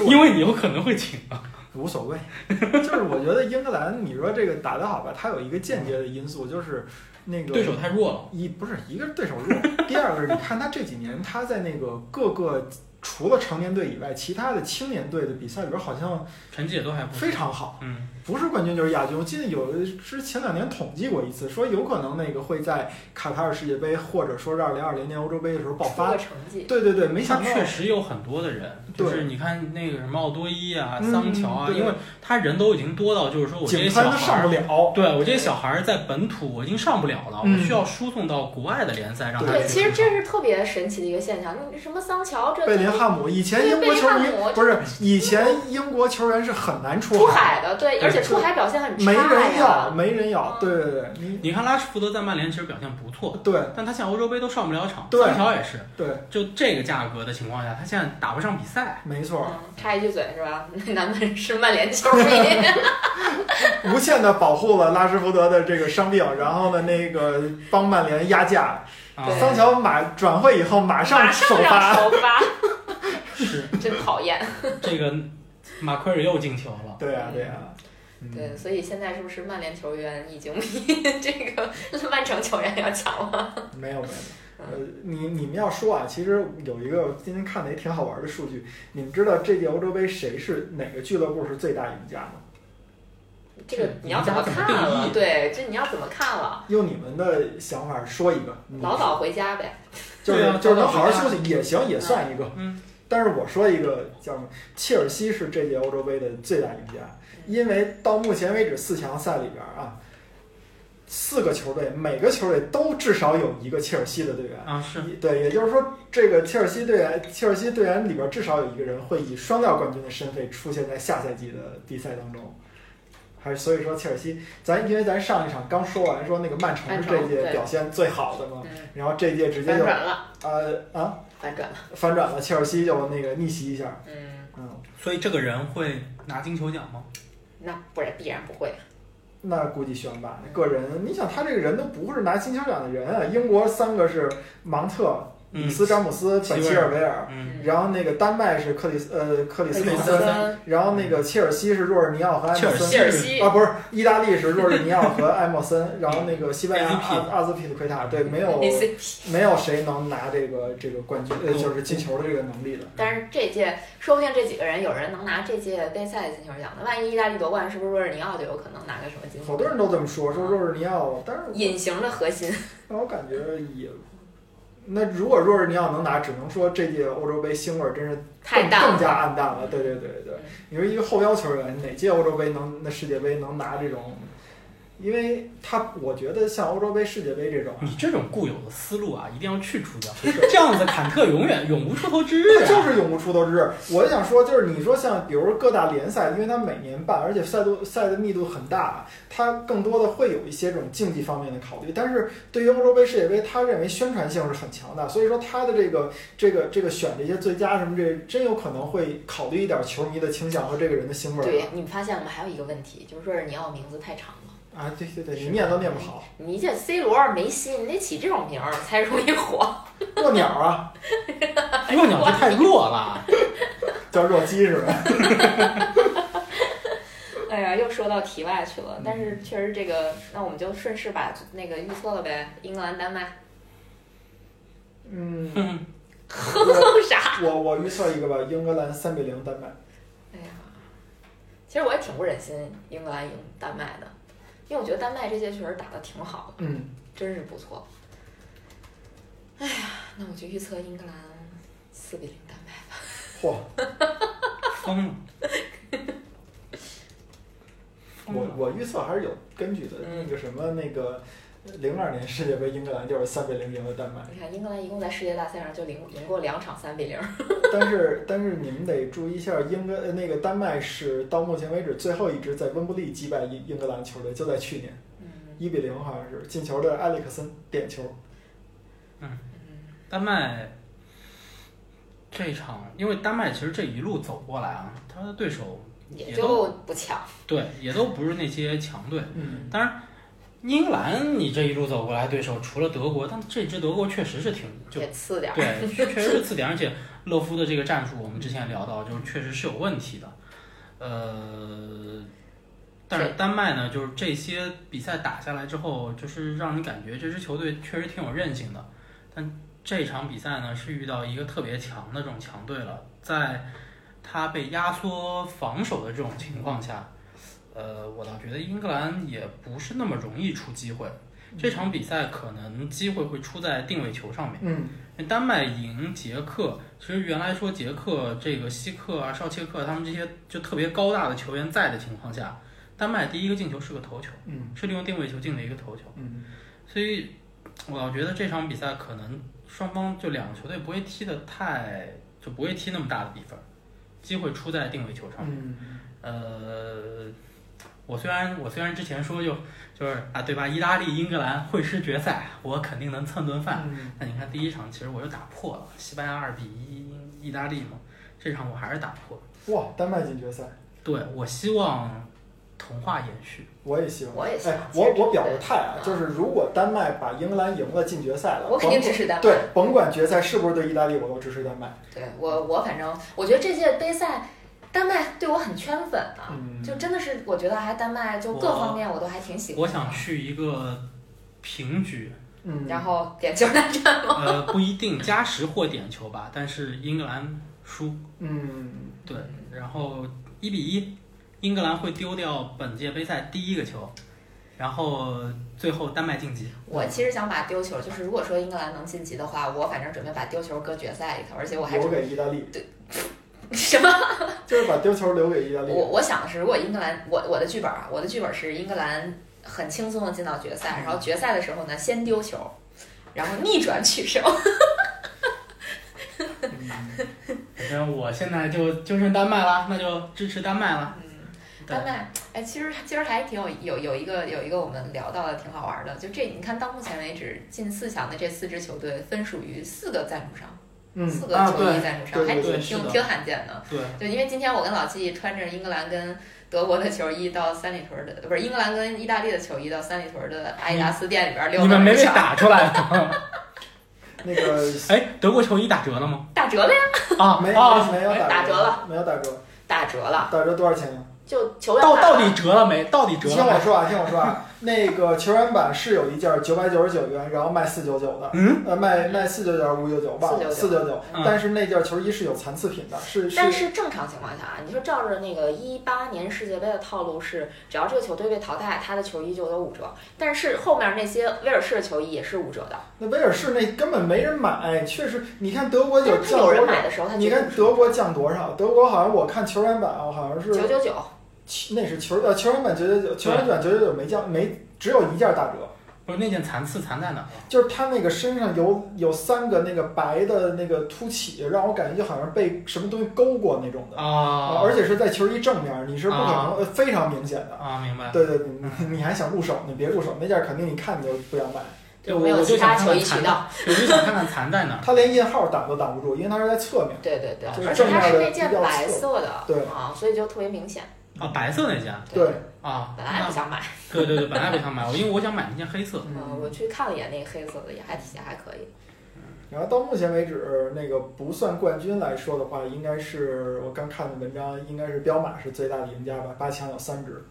S3: 因为你有可能会请啊。
S2: 无所谓。 就是我觉得英格兰，你说这个打得好吧，它有一个间接的因素，就是那个
S3: 对手太弱了，
S2: 一不是一个是对手弱，第二个是你看他这几年他在那个各个除了成年队以外，其他的青年队的比赛里边好像
S3: 成绩也都还不错
S2: 非。常好，
S3: 嗯，
S2: 不是冠军就是亚军。我记得有之前两年统计过一次，说有可能那个会在卡塔尔世界杯或者说是二零二零年欧洲杯的时候爆
S1: 出
S2: 发
S1: 个。成绩，
S2: 对对对，没
S3: 他
S2: 想到
S3: 确实有很多的人，
S2: 对
S3: 就是你看那个什么奥多伊啊、
S2: 嗯
S3: 桑乔啊，
S2: 对
S3: 因为他人都已经多到就是说我这些
S2: 井喷
S3: 小
S2: 都
S3: 孩
S2: 上
S3: 儿
S2: 不，了。
S3: 对我这些小孩儿在本土我已经上不了了，
S2: 嗯
S3: 我需要输送到国外的联赛让他
S1: 对，
S3: 们去
S1: 其实
S3: 上
S1: 这是特别神奇的一个现象。那什么桑乔这
S2: 贝林汉姆以前英
S1: 对
S2: 国球
S1: 贝林汉
S2: 迷
S1: 姆
S2: 不是以前英国球员是很难出
S1: 出
S2: 海
S1: 海的，对，
S3: 对
S1: 而且出海表现很
S2: 的，没
S1: 差
S2: 人要，
S1: 呀。
S2: 没人要。对对对，你
S3: 你看拉什福德在曼联其实表现不错，
S2: 对
S3: 但他现在欧洲杯都上不了场，
S2: 对
S3: 桑乔也是，
S2: 对，
S3: 就这个价格的情况下，他现在打不上比赛。
S2: 没错。
S1: 嗯，插一句嘴是吧？ 咱们是曼联球迷，
S2: 无限的保护了拉什福德的这个伤病，然后呢，那个帮曼联压价，
S3: 啊，
S1: 对
S2: 桑乔马转会以后马
S1: 马
S2: 上首
S1: 上让
S2: 发，
S1: 首发，
S3: 是
S1: 真讨厌。
S3: 这个马奎尔又进球了，
S2: 对啊对啊，嗯
S1: 对，所以现在是不是曼联球员已经比 这个曼城球员要强了？
S2: 没有没有。呃，你你们要说啊，其实有一个今天看的也挺好玩的数据，你们知道这届欧洲杯谁是哪个俱乐部是最大赢家吗？
S1: 这个你要怎么看了？对，这你要怎么看了？
S2: 用你们的想法说一个，你
S1: 老早回家呗。
S2: 就是、
S3: 对啊
S2: 就是能好好
S3: 早早
S2: 休息也行，也算一个。
S3: 嗯，
S2: 但是我说一个叫什么？切尔西是这届欧洲杯的最大赢家，
S1: 嗯
S2: 因为到目前为止四强赛里边啊，四个球队每个球队都至少有一个切尔西的队员。
S3: 啊是，
S2: 对，也就是说，这个切尔西队员，切尔西队员里边至少有一个人会以双料冠军的身份出现在下赛季的比赛当中。还是所以说，切尔西，咱因为咱上一场刚说完说那个曼城
S1: 曼
S2: 是
S1: 城
S2: 这届
S1: 对
S2: 表现最好的嘛，
S1: 嗯，
S2: 然后这届直接
S1: 反
S2: 就
S1: 转了，
S2: 呃啊
S1: 反转了。
S2: 反转了，切尔西就那个逆袭一下，
S1: 嗯，
S2: 嗯，
S3: 所以这个人会拿金球奖吗？
S1: 那不然必然不会。
S2: 那估计悬吧。个人，你想他这个人都不是拿金球奖的人啊。英国三个是芒特、里
S3: 嗯
S2: 斯詹姆斯、
S3: 齐
S2: 本
S3: 威
S2: 齐尔维尔，
S3: 嗯，
S2: 然后那个丹麦是克里斯呃克里斯滕
S3: 克里斯
S2: 森，
S3: 滕
S1: 森、
S2: 然后那个切尔西是若尔尼奥和埃
S3: 切
S2: 默
S3: 尔
S2: 森
S1: 切尔西
S2: 啊，不是意大利是若尔尼奥 和埃默森，然后那个西班牙啊
S3: ACP
S2: 阿阿兹皮利奎塔，对，没有
S1: ACP。
S2: 没有谁能拿这个这个冠军，呃，
S1: 嗯
S2: 就是进球的这个能力的。
S1: 但是这届说不定这几个人有人能拿这届杯赛的金球奖呢。万一意大利夺冠，是不是若尔尼奥就有可能拿个什么金球？
S2: 好多人都这么说，说若尔尼奥，但是我
S1: 隐形的核心，
S2: 那我感觉也，那如果若是你要能拿，只能说这届欧洲杯腥味儿真是
S1: 太
S2: 更
S1: 淡
S2: 更加
S1: 了。嗯
S2: 暗淡了。对对对对，你说一个后腰球员，哪届欧洲杯能那世界杯能拿这种？因为他，我觉得像欧洲杯、世界杯这种啊，
S3: 你这种固有的思路啊，一定要去除掉。这样子，坎特永远永无出头之日、
S2: 那就
S3: 啊。
S2: 是永无出头之日。我就想说，就是你说像比如各大联赛，因为它每年办，而且赛度赛的密度很大，啊它更多的会有一些这种竞技方面的考虑。但是对于欧洲杯、世界杯，他认为宣传性是很强的，所以说他的这个这个这个选这些最佳什么这，真有可能会考虑一点球迷的倾向和这个人的腥味儿啊
S1: 对，你们发现了吗？还有一个问题，就是若尔尼奥名字太长了。
S2: 啊。对对对，你念都念不好，
S1: 你这 C 罗、梅西，你得起这种名儿才容易 火。
S2: 弱鸟啊，
S3: 哎弱鸟这太弱了，
S2: 叫弱鸡是吧？
S1: 哎呀，又说到题外去了。但是确实这个，那我们就顺势把那个预测了呗。英格兰、丹麦，
S2: 嗯，
S3: 嗯，
S1: 哼啥？
S2: 我我预测一个吧，英格兰三比零丹麦。
S1: 哎呀，其实我也挺不忍心英格兰赢丹麦的，因为我觉得丹麦这届确实打得挺好的，
S2: 嗯，
S1: 真是不错。哎呀，那我就预测英格兰四比零丹麦。
S2: 嚯，
S3: 疯了。疯
S2: 我
S3: 了
S2: 我预测还是有根据的。
S1: 嗯
S2: 那个什么，那个零二年世界杯，英格兰就是三比零赢了丹麦。
S1: 你看，英格兰一共在世界大赛上就赢赢过两场三比零。
S2: 但是但是你们得注意一下，英格呃那个丹麦是到目前为止最后一支在温布利击败英英格兰球队，就在去年
S1: 嗯
S2: 一比零好像是进球的埃里克森点球。
S1: 嗯
S3: 丹麦这场，因为丹麦其实这一路走过来啊，他的对手
S1: 也
S3: 也
S1: 就不强。
S3: 对也都不是那些强队。
S2: 嗯，
S3: 当然，英格兰你这一路走过来，对手除了德国，但这支德国确实是挺就
S1: 也次点儿。
S3: 对，确实是次点，而且勒夫的这个战术，我们之前也聊到，就是确实是有问题的。呃，但是
S1: 对
S3: 丹麦呢，就是这些比赛打下来之后，就是让你感觉这支球队确实挺有韧性的。但这场比赛呢，是遇到一个特别强的这种强队了，在他被压缩防守的这种情况下，呃，我倒觉得英格兰也不是那么容易出机会。这场比赛可能机会会出在定位球上面。
S2: 嗯
S3: 丹麦赢捷克，其实原来说捷克这个希克啊、绍切克他们这些就特别高大的球员在的情况下，丹麦第一个进球是个头球，
S2: 嗯
S3: 是利用定位球进的一个头球，
S2: 嗯
S3: 所以我老觉得这场比赛可能双方就两个球队不会踢得太，就不会踢那么大的比分，机会出在定位球上。
S2: 嗯，
S3: 呃，我虽然我虽然之前说就就是啊对吧，意大利、英格兰会师决赛，我肯定能蹭顿饭。
S2: 嗯
S3: 那你看第一场其实我又打破了，西班牙二比一意大利嘛，这场我还是打破了。
S2: 哇，丹麦进决赛，
S3: 对我希望童话延续，
S2: 我也希望。
S1: 我也希望
S2: 哎，
S1: 其实
S2: 我
S1: 这
S2: 我表个态啊
S1: 对，
S2: 就是如果丹麦把英格兰赢了进决赛了，
S1: 我肯定支持丹
S2: 甭
S1: 麦。
S2: 对，甭管决赛是不是对意大利，我都支持丹麦。
S1: 对我，我反正我觉得这届杯赛，丹麦对我很圈粉啊，
S2: 嗯
S1: 就真的是我觉得还丹麦就各方面我都还挺喜欢。
S3: 我想。去一个平局，
S2: 嗯，
S1: 然后点球大战，
S3: 呃，不一定加时或点球吧，但是英格兰输，
S2: 嗯，
S3: 对，然后一比一，英格兰会丢掉本届杯赛第一个球，然后最后丹麦晋级。
S1: 我其实想把丢球，就是如果说英格兰能晋级的话，我反正准备把丢球搁决赛里头，而且我还
S2: 留给意大利，
S1: 什么？
S2: 就是把丢球留给意大利。
S1: 我我想的是，如果英格兰，我我的剧本啊，我的剧本是英格兰很轻松的进到决赛，然后决赛的时候呢，先丢球，然后逆转取胜。
S2: 嗯
S3: 反正我现在就就剩丹麦了，那就支持丹麦了。
S1: 嗯，
S3: 对
S1: 丹麦，哎，其实今儿还挺有有有一个有一个我们聊到的挺好玩的，就这你看到目前为止进四强的这四支球队分属于四个赞助商，
S2: 嗯
S1: 四个
S3: 啊
S1: 球衣
S3: 对
S1: 赞助商，
S2: 对
S1: 还
S2: 对
S1: 挺
S3: 对是
S1: 挺
S3: 的
S1: 挺罕见的。
S3: 对，
S1: 就因为今天我跟老季穿着英格兰跟德国的球衣到三里屯的，不是英格兰跟意大利的球衣到三里屯的阿迪达斯店里边溜达，
S3: 你们没被打 出来吗？
S2: 那个
S3: 哎，德国球衣打折了 吗？
S1: 打折了呀，
S3: 啊
S2: 没
S3: 啊，
S2: 没有
S1: 哦打
S2: 折
S1: 折了，
S2: 没有打折，
S1: 打折了，
S2: 打折多少钱呀？
S1: 就球员
S3: 到
S1: 版
S3: 到底折了没？到底折
S2: 听
S3: 了
S2: 我
S3: 没？
S2: 说啊，听我说啊，那个球员版是有一件九百九十九元，然后卖四九九的，
S3: 嗯，
S2: 呃，卖卖四九九五九九，忘了四
S1: 499
S2: 九九
S3: 嗯，
S2: 但是那件球衣是有残次品的，是
S1: 但
S2: 是
S1: 是正常情况下啊，你说照着那个一八年世界杯的套路是，只要这个球队被淘汰，他的球衣就有五折。但是后面那些威尔士的球衣也是五折的，
S2: 那威尔士那根本没人买，确实，你看德国
S1: 但是
S2: 有
S1: 他
S2: 降
S1: 有
S2: 多
S1: 人
S2: 少？
S1: 买的时候，他
S2: 你看德国降多少？德国好像我看球员版啊，好像
S1: 九
S2: 是
S1: 九九，
S2: 七那是球呃球员版九九九，球员版九九九没降没只有一件打折，
S3: 不是那件残次残在哪儿了？
S2: 就是他那个身上有有三个那个白的那个凸起，让我感觉就好像被什么东西勾过那种的，
S3: 啊
S2: 而且是在球衣正面，你是不可能、
S3: 啊
S2: 呃非常明显的。
S3: 啊，明白。
S2: 对对，你你还想入手？你别入手，那件肯定你看你就不想买。
S1: 对
S3: 我
S1: 没有
S3: 我就
S1: 其他
S3: 想
S1: 球
S3: 看
S1: 衣
S3: 看
S1: 渠
S3: 残
S1: 道。
S3: 我就想看看残在 哪儿。
S2: 它连印号挡都挡不住，因为它是在侧面。
S1: 对对对
S2: 就，是
S1: 而且它是
S2: 正面的
S1: 那件
S2: 比较
S1: 白
S2: 侧
S1: 色的，
S2: 对
S1: 啊，所以就特别明显。
S3: 啊，白色那件
S2: 对，
S3: 啊，
S1: 本来也不
S3: 那
S1: 想买，
S3: 对对对，本来不想买，我因为我想买那件黑色。
S1: 嗯，我去看了一眼那个黑色的，也还也还可以。
S2: 然后到目前为止，那个不算冠军来说的话，应该是我刚看的文章，应该是彪马是最大的赢家吧，八强有三支。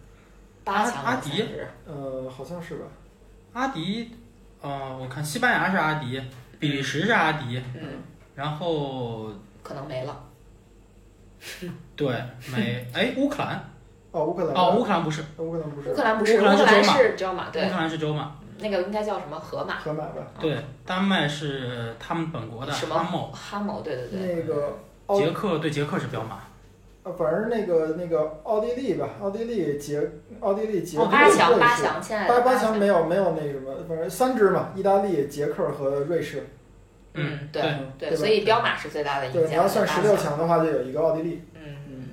S1: 八强吧
S3: 阿迪
S1: 算是
S2: 呃，好像是吧？
S3: 阿迪，呃，我看西班牙是阿迪，比利时是阿迪，
S1: 嗯，
S3: 然后
S1: 可能没了。
S3: 对美，哎，乌克兰
S2: 哦，乌克兰
S3: 哦，乌克兰不是，
S2: 乌克兰不
S1: 乌
S2: 是
S1: 克兰不是，
S3: 乌
S1: 乌
S3: 克兰是嗯
S1: 克兰
S3: 州嘛
S1: 是知道吗？
S3: 乌
S1: 对
S3: 克，兰是州嘛？
S1: 那个应该叫什么河马？
S2: 河马吧？
S3: 对，丹麦是他们本国的
S1: 什
S3: 哈姆
S1: 么，哈姆？对对对，
S2: 那个奥
S3: 捷克对捷克是彪马，
S2: 呃，反正那个那个奥地利吧，奥地利捷奥地利捷克
S3: 哦
S1: 八强
S2: 瑞
S1: 八
S2: 士
S1: 强，现在
S2: 八
S1: 的
S2: 八
S1: 强
S2: 强没有没有那什么，反正三支嘛，意大利、捷克和瑞士。
S1: 嗯，
S3: 对
S1: 对
S2: 嗯
S1: 对，
S2: 吧
S1: 所以彪马是最大的赢家。
S2: 对，你要算
S1: 八
S2: 十六
S1: 强，
S2: 强的话，就有一个奥地利。
S1: 嗯
S2: 嗯，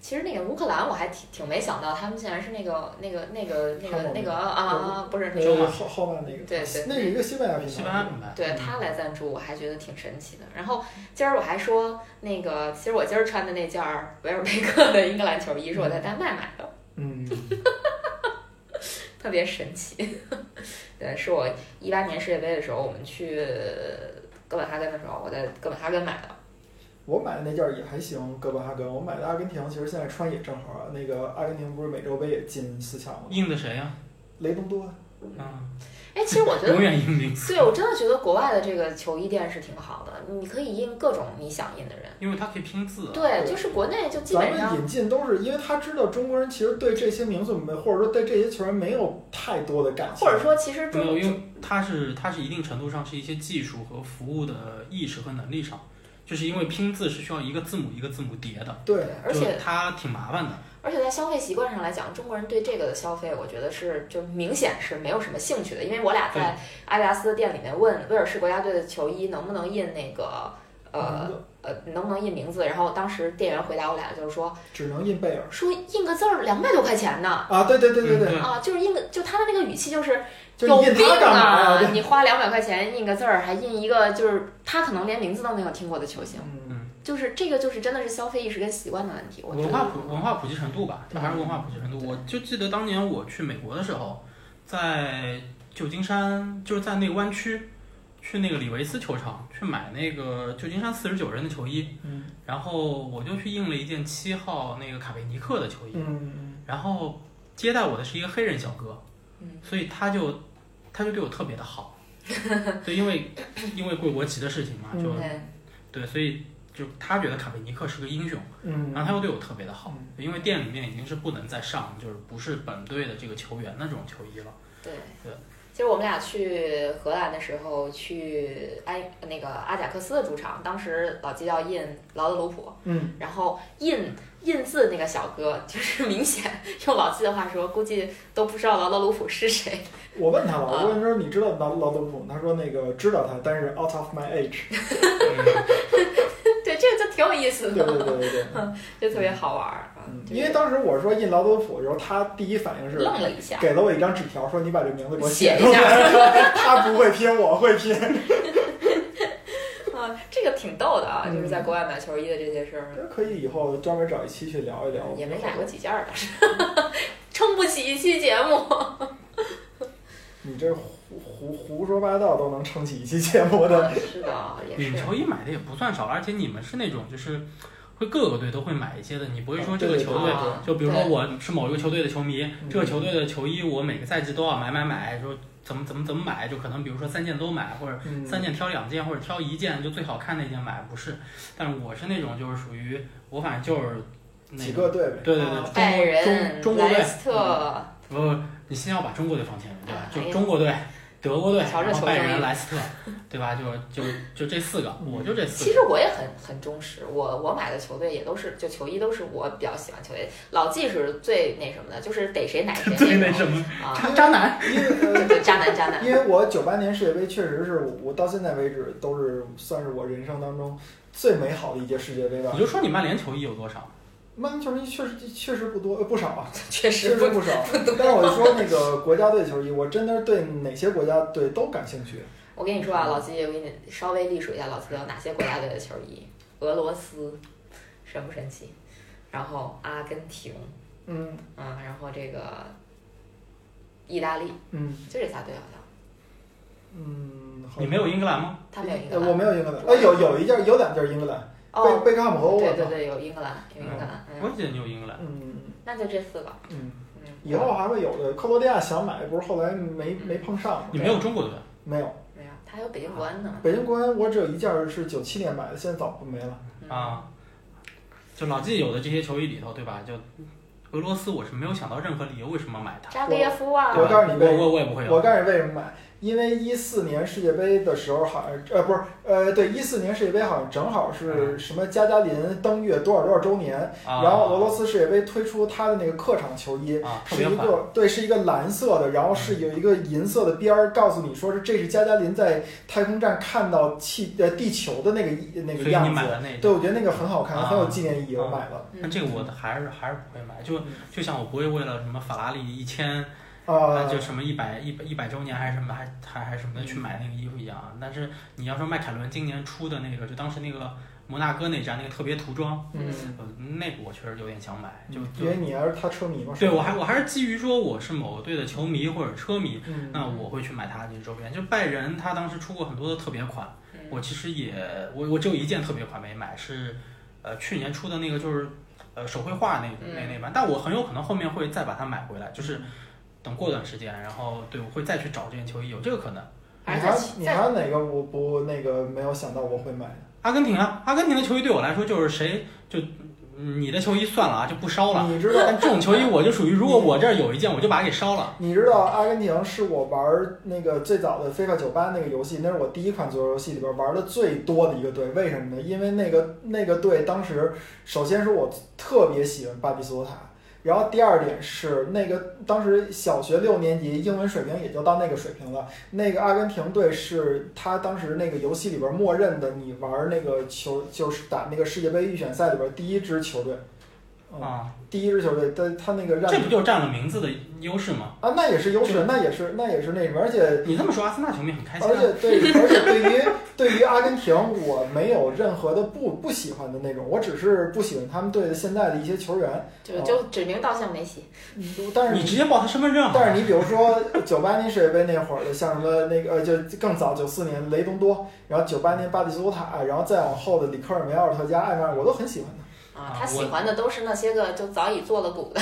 S1: 其实那个乌克兰我还挺挺没想到，他们竟然是那个那个那个那
S2: 哈
S1: 个
S2: 姆
S1: 那个啊啊啊，不是
S2: 那
S1: 那个
S2: 个浩浩曼那个，
S1: 对对
S2: 那是一个西班牙品牌。
S3: 西班牙品牌，
S1: 对
S3: 嗯
S1: 他来赞助，我还觉得挺神奇的。然后今儿我还说那个，其实我今儿穿的那件儿维尔贝克的英格兰球衣是我在丹麦买的，
S2: 嗯，
S1: 特别神奇。 对，是我一八年世界杯的时候，我们去哥本哈根的时候，我在哥本哈根买的。
S2: 我买的那件儿也还行，哥本哈根。我买的阿根廷，其实现在穿也正好啊。那个阿根廷不是美洲杯也进四强吗？
S3: 印的谁呀？
S2: 雷东多
S3: 嗯，
S1: 哎，其实我觉得
S3: 永远印林斯，
S1: 对，我真的觉得国外的这个球衣店是挺好的，你可以印各种你想印的人。
S3: 因为他可以拼字，啊
S1: 对，
S2: 对
S1: 就是国内就基
S2: 咱
S1: 本上
S2: 们引进都是因为他知道中国人其实对这些名字没，或者说对这些球员没有太多的感情，
S1: 或者说其实
S3: 没有，
S1: 中
S3: 因为它是它是一定程度上是一些技术和服务的意识和能力上，就是因为拼字是需要一个字母一个字母叠的，
S2: 对，
S1: 而
S3: 就
S1: 且
S3: 它挺麻烦的。
S1: 而且在消费习惯上来讲，中国人对这个的消费，我觉得是就明显是没有什么兴趣的。因为我俩在阿迪达斯的店里面问威尔士国家队的球衣能不能印那个呃
S2: 嗯
S1: 呃能不能印名字，然后当时店员回答我俩就是说
S2: 只能印贝尔
S1: 说印个字儿两百多块钱呢
S2: 啊，对对对对对，
S3: 嗯
S1: 啊，就是印个就他的那个语气就是
S2: 就
S1: 有
S2: 你印
S1: 病啊
S2: 他干嘛呀？
S1: 你花两百块钱印个字儿，还印一个就是他可能连名字都没有听过的球星，
S2: 嗯，
S1: 就是这个就是真的是消费意识跟习惯的问题。我觉得
S3: 文化普文化普及程度吧，
S1: 嗯
S3: 还是文化普及程度。我就记得当年我去美国的时候，在旧金山，就是在那个湾区，去那个李维斯球场去买那个旧金山四十九人的球衣，
S2: 嗯
S3: 然后我就去印了一件七号那个卡佩尼克的球衣，
S2: 嗯，
S3: 然后接待我的是一个黑人小哥，
S1: 嗯
S3: 所以他就他就对我特别 的好，对，因为因为贵国籍的事情嘛，就、
S1: 对。
S3: 对，所以就他觉得卡佩尼克是个英雄，
S2: 嗯，
S3: 然后他又对我特别的好，
S2: 嗯
S3: 因为店里面已经是不能再上就是不是本队的这个球员的这种球 衣了，
S1: 对
S3: 对，
S1: 其实我们俩去荷兰的时候，去埃那个阿贾克斯的主场，当时老季要印劳德鲁普，
S2: 嗯，
S1: 然后印印字那个小哥，就是明显用老季的话说，估计都不知道劳德鲁普是谁。
S2: 我问他了，
S1: 啊
S2: 我问他说你知道劳劳德普吗？他说那个知道他，但是 out of my age。
S3: 嗯、
S1: 对，这个就挺有意思
S2: 对对
S1: 的，
S2: 对对对，
S1: 就特别好玩儿。啊
S2: 嗯
S1: 就是
S2: 因为当时我说印劳德普的时候，他第一反应是
S1: 愣了一下，
S2: 给了我一张纸条，说你把这名字给我
S1: 嗯写
S2: 出
S1: 一下。
S2: 来。 他不会拼，我会拼。
S1: 啊，这个挺逗的啊，就是在
S2: 嗯
S1: 国外买球衣的这些事儿，
S2: 可以以后专门找一期去聊一聊。
S1: 也没买过几件儿，但是 撑不起一期节目。
S2: 你这胡胡胡说八道都能撑起一期节目的。
S1: 是的，也
S3: 你
S1: 是
S3: 们。球衣买的也不算少，而且你们是那种就是会各个队都会买一些的，你不会说这个球队
S1: 哦对对对
S3: 就比如说
S1: 啊对
S3: 我是某一个球队的球迷，
S2: 嗯
S3: 这个球队的球衣我每个赛季都要买买买，说怎么怎么怎么买，就可能比如说三件都买，或者
S2: 嗯
S3: 三件挑两件，或者挑一件就最好看那件买，不是。但是我是那种就是属于我反正就是那
S2: 嗯几个队呗。
S3: 对对
S1: 啊
S3: 对，
S1: 拜仁、
S3: 中中中国
S1: 莱
S3: 队嗯
S1: 斯特，
S3: 不不，你先要把中国队放前面，对吧
S1: 啊？哎
S3: 就
S1: 呀
S3: 中国队、德国队，
S1: 瞧这
S3: 然后
S1: 球
S3: 拜
S1: 队
S3: 仁、莱斯特，对吧？就就就这四个，
S2: 嗯
S3: 我就这四
S1: 其
S3: 个。
S1: 实我也很很忠实，我我买的球队也都是就球衣都是我比较喜欢球队，老季是最那什么的，就是逮谁奶 谁
S3: 最那
S1: 那
S3: 什
S1: 种
S3: 么，
S1: 啊，
S3: 渣渣男，
S2: 因为
S1: 对
S2: 呃
S1: 对，渣男渣男，
S2: 因为我九八年世界杯确实是我到现在为止都是算是我人生当中最美好的一届世界杯吧
S3: 你。就说你曼联球衣有多少？
S2: 曼联球迷确实确实不多，呃不少 啊，
S1: 确
S2: 确
S1: 实
S2: 实
S1: 不
S2: 不少。但是我就说那个国家队球衣，我真的是对哪些国家队都感兴趣。
S1: 我跟你说啊，老季，我给你稍微历数一下老季有哪些国家队的球衣：俄罗斯，神不神奇？然后阿根廷，
S2: 嗯
S1: 嗯，然后这个意大利，
S2: 嗯
S1: 就这仨队好像，
S2: 嗯，好
S3: 你没有英格兰吗？
S1: 他没有英格
S2: 呃我
S1: 兰。
S2: 没有英格兰，呃，有有一件有两件英格兰，
S1: 哦，
S2: 贝贝克汉姆和欧
S1: 对
S2: 文
S1: 对
S2: 嘛。
S1: 对，有英格兰，有英格兰，
S3: 嗯我
S1: 嗯，
S3: 也记得你有英格兰。
S2: 嗯
S1: 那就这四个，
S2: 嗯，
S1: 嗯，
S2: 以后还会有的。克罗地亚想买，不是后来没
S1: 嗯
S2: 没碰上吗？
S3: 你没有中国队，
S2: 没有。
S1: 没有，啊他还有北京国安呢。
S2: 北京国安，我只有一件儿是九七年买的，现在早不没了。
S1: 嗯，
S3: 啊，就老季有的这些球衣里头，对吧？就俄罗斯，我是没有想到任何理由为什么买它。
S1: 扎格耶夫啊
S3: 对，吧
S2: 我告诉你
S3: 我
S2: 为
S3: 我我也不会有。
S2: 我告诉你为什么买，因为一四年世界杯的时候，好像呃不是呃对，一四年世界杯好像正好是什么加加林登月多少多少周年，
S3: 嗯啊、
S2: 然后俄罗斯世界杯推出他的那个客场球衣。
S3: 啊，特
S2: 是
S3: 别嗯
S2: 一
S3: 款
S2: 个对，是一个蓝色的，然后是有一个银色的边儿，告诉你说是这是加加林在太空站看到气呃地球的那个一那个
S3: 所以你
S2: 样
S3: 买
S2: 子。
S3: 了那
S2: 对，
S3: 个。
S2: 我觉得那个很好看，
S3: 啊
S2: 很有纪念意义，我买了。
S1: 嗯
S3: 那这个我还是还是不会买，就就像我不会为了什么法拉利一千、
S2: 啊，
S3: 就什么一百一百一百周年还是什么还还还什么的去买那个衣服一样啊。但是你要说迈凯伦今年出的那个，就当时那个摩纳哥那站那个特别涂装，
S2: 嗯，
S3: 呃，那个我确实有点想买，就
S2: 因
S3: 就
S2: 为你还是他车迷嘛。
S3: 对我还我还是基于说我是某个队的球迷或者车迷，
S2: 嗯，
S3: 那我会去买他这些周边。就拜仁，他当时出过很多的特别款，
S1: 嗯
S3: 我其实也我我只有一件特别款没买，是呃去年出的那个就是呃手绘画那
S1: 嗯
S3: 那那版，但我很有可能后面会再把它买回来，就是等过段时间，然后对我会再去找这件球衣，有这个可能。
S2: 你
S1: 反正
S2: 还
S1: 在其
S2: 你
S1: 在
S2: 还有哪个我不那个没有想到我会买的？
S3: 阿根廷啊，阿根廷的球衣对我来说就是谁就你的球衣算了啊，就不烧了。
S2: 你知道
S3: 但这种球衣我就属于，如果我这儿有一件，我就把它给烧了。
S2: 你知道阿根廷是我玩那个最早的 FIFA 九八那个游戏，那是我第一款足球游戏里边玩的最多的一个队。为什么呢？因为那个那个队当时，首先是我特别喜欢巴比苏塔，然后第二点是那个当时小学六年级英文水平也就到那个水平了。那个阿根廷队是他当时那个游戏里边默认的，你玩那个球就是打那个世界杯预选赛里边第一支球队，嗯，
S3: 啊，
S2: 第一支球队，但他那个让
S3: 这不就占了名字的优势吗？
S2: 啊，那也是优势，那也是那也是那什么，而且
S3: 你这么说，阿森纳球迷很开心、
S2: 而
S3: 啊。
S2: 且对，而且对于对于阿根廷，我没有任何的不不喜欢的那种，我只是不喜欢他们队的现在的一些球员。
S1: 就就
S3: 哦
S1: 指名道姓梅西，
S2: 但是
S3: 你直接报他身份证好了。
S2: 但是你比如说九八年世界杯那会儿的，像什么那个呃，就更早九四年雷东多，然后九八年巴蒂斯图塔，然后再往后的里科尔梅、奥尔特加、艾曼，我都很喜欢的。
S1: 啊
S3: 啊，
S1: 他喜
S3: 我
S1: 欢的都是那些个就早已做了股的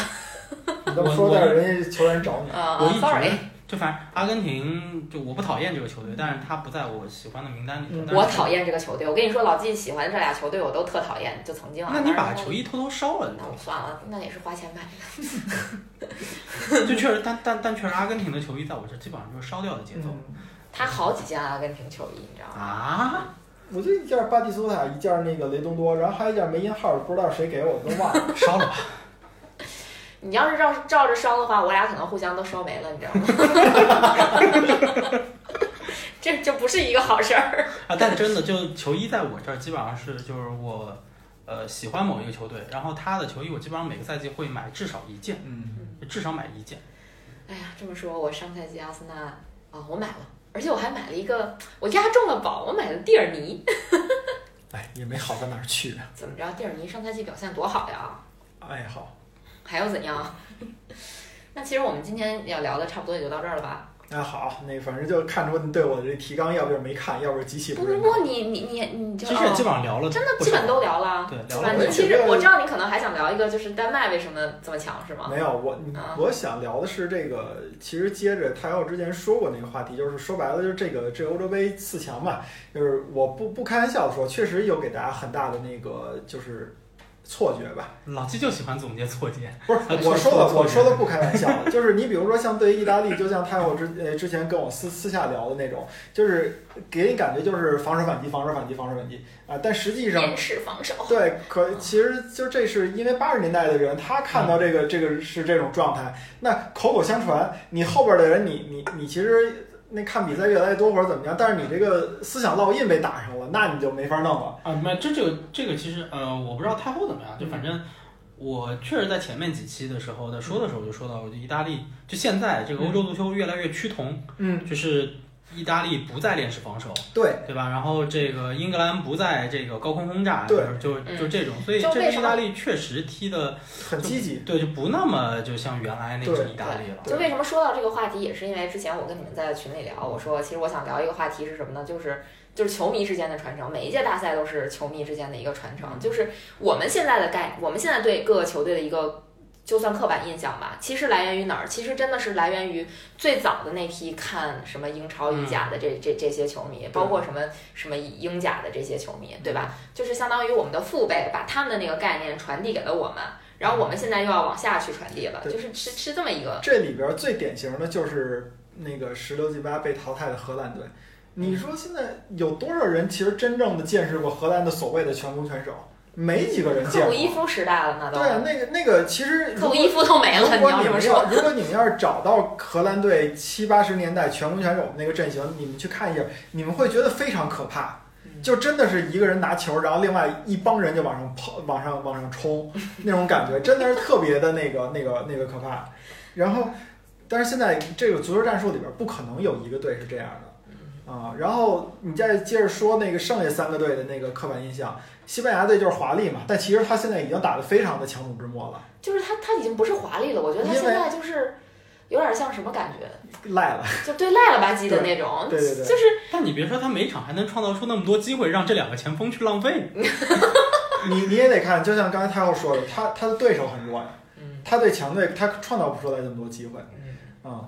S2: 你这么
S3: 我
S2: 说，
S3: 我
S2: 但是人家球员找你。
S1: 啊
S3: 我一
S1: ，sorry，
S3: 直就反正阿根廷，就我不讨厌这个球队，但是他不在我喜欢的名单里头
S2: 嗯。
S3: 但是
S1: 我讨。厌这个球队。我跟你说，老季喜欢这俩球队，我都特讨厌，就曾经啊。
S3: 那你
S1: 当
S3: 把
S1: 然
S3: 球衣偷偷烧了，
S1: 那我算了，那也是花钱买的。
S3: 就确实，但但但确实，阿根廷的球衣在我这基本上就是烧掉的节奏
S2: 嗯，
S1: 他好几件阿根廷球衣，你知道吗？
S3: 啊！
S2: 我就一件巴蒂斯图塔，一件那个雷东多，然后还有一件梅因哈尔，不知道谁给我的，都忘了。
S3: 烧了吧，
S1: 你要是照照着烧的话，我俩可能互相都烧没了，你知道吗？ 这这不是一个好事儿。
S3: 啊！但真的就球衣在我这儿基本上是就是我。呃，喜欢某一个球队，然后他的球衣我基本上每个赛季会买至少一件，
S2: 嗯
S3: 至少买一件。
S1: 哎呀，这么说，我上赛季阿森纳啊、我买了，而且我还买了一个，我押中了宝，我买了蒂尔尼。
S2: 哎，也没好到哪儿去。
S1: 怎么着，蒂尔尼上赛季表现多好呀？
S2: 哎，好
S1: 还要怎样？ 那其实我们今天要聊的差不多也就到这儿了吧？
S2: 那好，那反正就看出你对我的这提纲，要不就是没看，要不就是极其
S1: 不
S2: 认
S1: 不
S2: 真。
S1: 不，你你你你
S3: 其
S1: 就
S3: 实
S1: 哦
S3: 也基本上聊了不少，
S1: 真的基本都聊了，
S3: 对
S1: 是
S3: 聊
S1: 吧？
S3: 了
S1: 你其实
S2: 我觉得
S1: 我知道你可能还想聊一个，就是丹麦为什么这么强，是吗？
S2: 没有我
S1: 啊，
S2: 我想聊的是这个。其实接着太后之前说过那个话题，就是说白了，就是这个这欧洲杯四强嘛，就是我不不开玩笑地说，确实有给大家很大的那个就是错觉吧。
S3: 老季就喜欢总结错节，
S2: 不是
S3: 啊
S2: 我
S3: 错
S2: 说的，
S3: 错
S2: 我
S3: 错
S2: 说的不开玩笑，就是你比如说像对于意大利，就像太后之呃之前跟我私私下聊的那种，就是给你感觉就是防守反击，防守反击，防守反击啊、但实际上
S1: 严式防守，
S2: 对，可其实就这是因为八十年代的人，他看到这个这个是这种状态，那口口相传，你后边的人，你你你其实那看比赛越来越多或者怎么样，但是你这个思想烙印被打上了，那你就没法弄了。
S3: 啊，没，这这个这个其实呃，我不知道太后怎么样，就反正我确实在前面几期的时候在说的时候我就说到，就意大利就现在这个欧洲足球越来越趋同，
S2: 嗯，
S3: 就是意大利不再练式防守，
S2: 对，
S3: 对吧？然后这个英格兰不再这个高空轰炸，
S2: 对，
S3: 就
S1: 嗯
S3: 就这种，所以
S1: 就
S3: 这
S1: 为
S3: 个
S1: 什
S3: 意
S1: 么
S3: 大利确实踢的
S2: 很积极。
S3: 对就不那么就像原来那个
S2: 对
S3: 意大利了，
S1: 就为什么说到这个话题，也是因为之前我跟你们在群里聊，我说其实我想聊一个话题是什么呢？就是就是球迷之间的传承，每一届大赛都是球迷之间的一个传承。就是我们现在的概，我们现在对各个球队的一个就算刻板印象吧，其实来源于哪儿？其实真的是来源于最早的那批看什么英超、意甲的这这这些球迷，包括什么什么英甲的这些球迷，对吧？就是相当于我们的父辈把他们的那个概念传递给了我们，然后我们现在又要往下去传递了，
S2: 对
S1: 就是是是这么一个，
S2: 这里边最典型的就是那个十六进八被淘汰的荷兰队。你说现在有多少人其实真正的见识过荷兰的所谓的全攻全守？没几 个人见
S1: 克
S2: 过。
S1: 鲁伊夫时代了，那都
S2: 对啊，那个那个其
S1: 克
S2: 实如
S1: 鲁
S2: 果
S1: 伊夫都没了，
S2: 如
S1: 你
S2: 果
S1: 要
S2: 你
S1: 这么
S2: 们
S1: 说，
S2: 要如果你们要是找到荷兰队七八十年代全攻全守的那个阵型，你们去看一下，你们会觉得非常可怕。
S1: 嗯
S2: 就真的是一个人拿球，然后另外一帮人就往上跑，往上往上冲，那种感觉真的是特别的那个那个那个可怕。然后，但是现在这个足球战术里边不可能有一个队是这样
S1: 嗯
S2: 的啊。然后你再接着说那个剩下三个队的那个刻板印象，西班牙队就是华丽嘛，但其实他现在已经打得非常的强弩之末了，
S1: 就是他他已经不是华丽了，我觉得他
S2: 因为
S1: 现在就是有点像什么感觉，
S2: 赖了。
S1: 就对赖了吧唧的那种，
S2: 对对对
S1: 就是
S3: 但你别说，他每场还能创造出那么多机会，让这两个前锋去浪费。
S2: 你你也得看，就像刚才太后说的，他他的对手很弱呀，
S1: 嗯
S2: 他对强队他创造不出来这么多机会啊。
S1: 嗯
S2: 嗯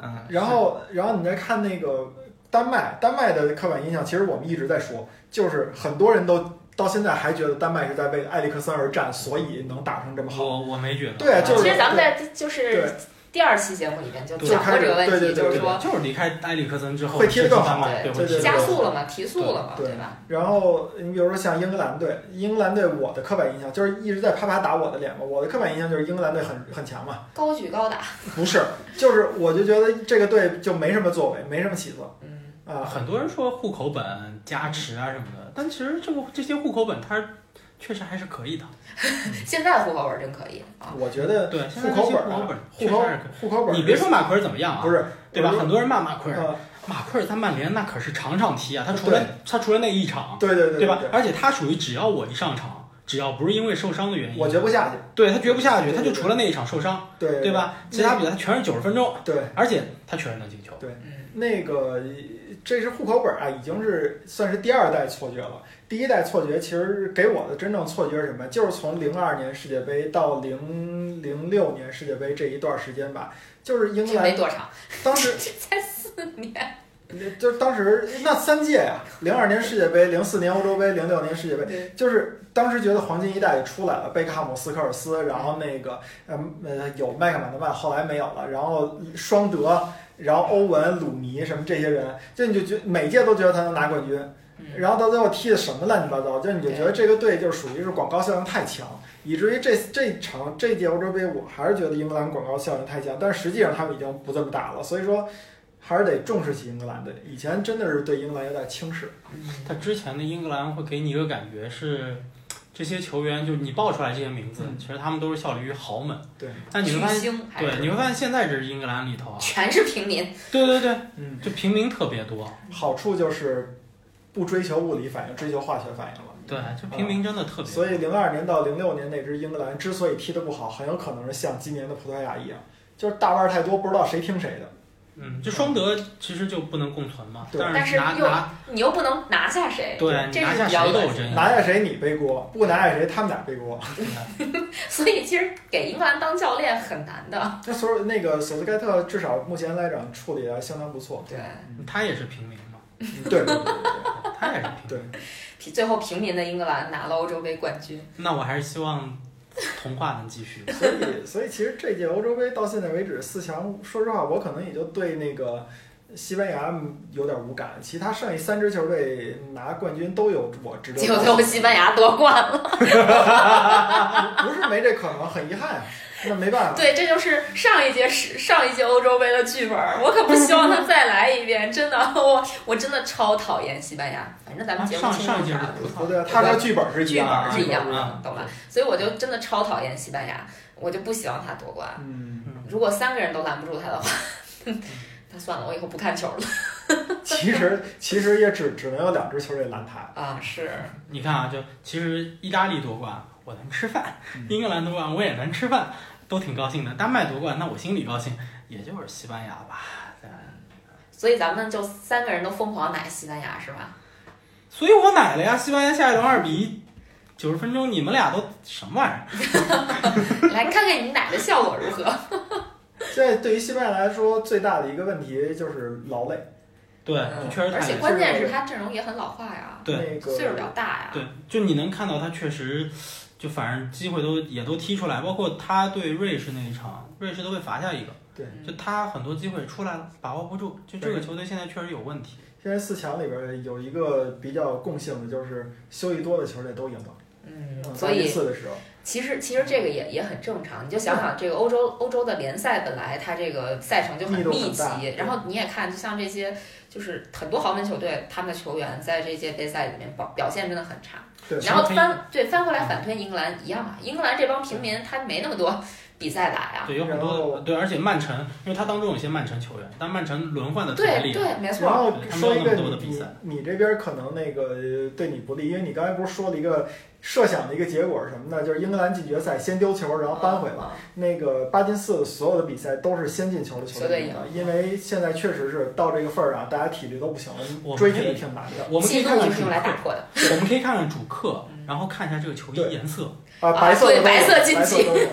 S3: 嗯
S2: 然后，然后你再看那个丹麦，丹麦的刻板印象，其实我们一直在说，就是很多人都到现在还觉得丹麦是在为埃里克森而战，所以能打成这么好。
S3: 我我没觉得，
S2: 对啊就是
S1: 其实咱们
S2: 对
S1: 在就是
S2: 对
S1: 第二期节目里面就
S3: 对
S1: 讲
S2: 开
S1: 过这
S2: 始
S1: 个问题，
S2: 对对对
S1: 就是
S2: 对
S1: 说
S3: 就是离开埃里克森之后
S2: 会踢得更好
S3: 对，
S2: 对
S3: 会
S2: 对对
S3: 踢得
S1: 加
S3: 更好
S1: 速了嘛，提速了嘛，
S2: 对
S1: 对吧？
S2: 然后你比如说像英格兰队，英格兰队我的刻板印象就是一直在啪啪打我的脸嘛，我的刻板印象就是英格兰队很很强嘛，
S1: 高举高打，
S2: 不是，就是我就觉得这个队就没什么作为，没什么起色
S1: 嗯，
S2: 啊。
S3: 很多人说户口本加持啊什么的，但其实这个这些户口本它确实还是可以的。
S1: 现在户口本真可以啊，
S2: 我觉得
S3: 对，现
S2: 户
S3: 在这
S2: 口
S3: 些
S2: 本
S3: 户口
S2: 啊
S3: 本
S2: 户
S3: 确实
S2: 口
S3: 还是可
S2: 户口本，
S3: 以。你别说马奎尔怎么样啊，
S2: 不是，
S3: 对吧？
S2: 我说
S3: 很多人骂马奎尔，
S2: 呃
S3: 马奎尔在曼联那可是场场踢啊，他除了
S2: 对
S3: 他除了那一场，
S2: 对对对
S3: 对吧？而且他属于只要我一上场，只要不是因为受伤的原
S2: 我
S3: 因，
S2: 绝不下去，
S3: 对他绝不下去，
S2: 对
S3: 他
S2: 对
S3: 就
S2: 对
S3: 除了那一场受伤，
S2: 对嗯
S3: 对？吧？其他比赛他全是九十分钟，
S2: 对，
S3: 而且他全是能进球。
S1: 嗯，
S2: 那个这是户口本啊，已经是算是第二代错觉了。第一代错觉其实给我的真正错觉是什么？就是从零二年世界杯到零零六年世界杯这一段时间吧，就是英格
S1: 这没
S2: 兰
S1: 多长，
S2: 当 时
S1: 这才四年，
S2: 就是当时那三届呀、零二年世界杯、零四年欧洲杯、零六年世界杯，
S1: 对，
S2: 就是当时觉得黄金一代出来了，贝克汉姆、斯科尔斯，然后那个呃呃有麦克马德曼，后来没有了，然后嗯双德，然后欧文、鲁尼什么这些人，就你就觉每届都觉得他能拿冠军，
S1: 嗯
S2: 然后到最后踢的什么乱七八糟，就你就觉得这个队就是属于是广告效应太强，以至于这这场这届欧洲杯，我还是觉得英格兰广告效应太强，但是实际上他们已经不这么打了，所以说还是得重视起英格兰队。以前真的是对英格兰有点轻视，
S1: 嗯
S3: 他之前的英格兰会给你一个感觉是，这些球员就是你报出来这些名字，
S2: 嗯
S3: 其实他们都是效力于豪门。
S2: 对，
S3: 但你会
S1: 巨
S3: 发现，
S1: 星还
S3: 对，
S1: 是
S3: 你会发现现在这是英格兰里头啊，
S1: 全是平民，
S3: 对对对，
S2: 嗯，
S3: 就平民特别多，
S2: 好处就是不追求物理反应，追求化学反应了。
S3: 对，就平民真的特别多。
S2: 嗯所以零二年到零六年那支英格兰之所以踢得不好，很有可能是像今年的葡萄牙一样，就是大腕儿太多，不知道谁听谁的。
S3: 嗯，就双德其实就不能共存嘛，
S2: 对
S3: 但是拿
S1: 但是又
S3: 拿
S1: 你又不能拿下谁，
S3: 对
S1: 这
S3: 你拿
S1: 是
S3: 下
S1: 比较
S3: 谁都
S1: 恶
S3: 有
S1: 心。
S3: 争议。
S2: 拿下谁你背锅，不拿下谁他们俩背锅。
S1: 所以其实给英格兰当教练很难的，
S2: 那索尔那个索斯盖特至少目前来讲处理的相当不错。
S1: 对，
S3: 他也是平民嘛，
S2: 嗯对对对对对
S3: 他也是平民。
S2: 对
S1: 平最后平民的英格兰拿了欧洲杯冠军，
S3: 那我还是希望童话能继续。
S2: 所以所以其实这届欧洲杯到现在为止四强，说实话我可能也就对那个西班牙有点无感，其他剩下三支球队拿冠军都有我值得
S1: 结果最后西班牙夺冠了。
S2: 不是没这可能，很遗憾啊，那没办法。
S1: 对，这就是上一届世上一届欧洲杯的剧本儿，我可不希望他再来一遍，真的，我我真的超讨厌西班牙。反正咱们节目
S3: 上
S1: 听
S3: 上一
S1: 出
S3: 届
S1: 来
S3: 是
S1: 了
S2: 不
S3: 葡萄牙，
S2: 对啊，他说剧本是一
S1: 剧
S2: 样
S1: 本
S2: 啊，
S1: 儿是一样
S3: 剧本儿
S1: 的
S3: 啊，
S1: 懂吧？所以我就真的超讨厌西班牙，我就不希望他夺冠。
S2: 嗯，
S1: 如果三个人都拦不住他的话，那算了，我以后不看球了
S2: 其实其实也只只能有两支球队拦他，
S1: 啊。是，
S3: 你看啊，就其实意大利夺冠我能吃饭，
S2: 嗯
S3: 英格兰夺冠我也能吃饭，都挺高兴的。丹麦夺冠那我心里高兴，也就是西班牙吧。对
S1: 所以咱们就三个人都疯狂奶西班牙是吧？
S3: 所以我奶了呀，西班牙下一轮二比一，九十分钟你们俩都什么玩意儿？
S1: 来看看你奶的效果如何。
S2: 现在对于西班牙来说，最大的一个问题就是劳累。
S3: 对，
S1: 嗯
S3: 确实太
S1: 而且
S3: 累。
S1: 关键是他阵容也很老化呀，
S3: 对
S2: 那个
S1: 岁数比较大呀。
S3: 对，就你能看到他确实，就反正机会都也都踢出来，包括他对瑞士那一场，瑞士都被罚下一个，就
S1: 嗯
S3: 他很多机会出来了，把握不住。就这个
S2: 对
S3: 球队现在确实有问题。
S2: 现在四强里边有一个比较共性的，就是休息多的球队都赢了。
S1: 嗯，
S2: 嗯
S1: 所
S2: 八比
S1: 以
S2: 四的时候，
S1: 其实其实这个也也很正常，你就想想这个欧洲欧洲的联赛本来它这个赛程就很
S2: 密度
S1: 密
S2: 很
S1: 集
S2: 大，对
S1: 然后你也看，就像这些就是很多豪门球队，他们的球员在这届杯赛里面表表现真的很差，
S2: 对
S1: 然后
S3: 反推
S1: 翻对翻回
S3: 嗯
S1: 来反推英格兰一样啊，英格兰这帮平民他没那么多比赛打呀，
S3: 对，有很
S2: 然
S3: 多
S2: 后
S3: 对，而且曼城，因为他当中有些曼城球员，但曼城轮换的特别
S1: 对
S3: 厉害。
S1: 对，没
S2: 然
S1: 错，
S2: 后
S3: 对他们
S2: 说
S3: 有
S2: 一
S3: 那
S2: 个
S3: 么多的比
S2: 你
S3: 赛
S2: 你这边可能那个呃对你不利，因为你刚才不是说了一个设想的一个结果是什么呢？就是英格兰进决赛先丢球，然后扳回了。
S1: 了，
S2: 那个巴金斯所有的比赛都是先进球的
S1: 球
S2: 球
S1: 队
S2: 队赢
S1: 赢
S2: 的，因为现在确实是到这个份儿啊，大家体力都不行
S3: 我
S2: 了，追起来挺难的
S3: 我们可以
S1: 进
S3: 看
S1: 攻
S3: 看
S1: 就是
S3: 主
S1: 用来打
S3: 客，
S1: 破的，
S3: 我们可以看看主客
S1: 嗯，
S3: 然后看一下这个球衣
S2: 对
S3: 颜色。
S2: 啊，
S1: 啊
S2: 白色的
S1: 对
S2: 都有
S1: 白色晋
S2: 白色
S1: 级
S2: 都有。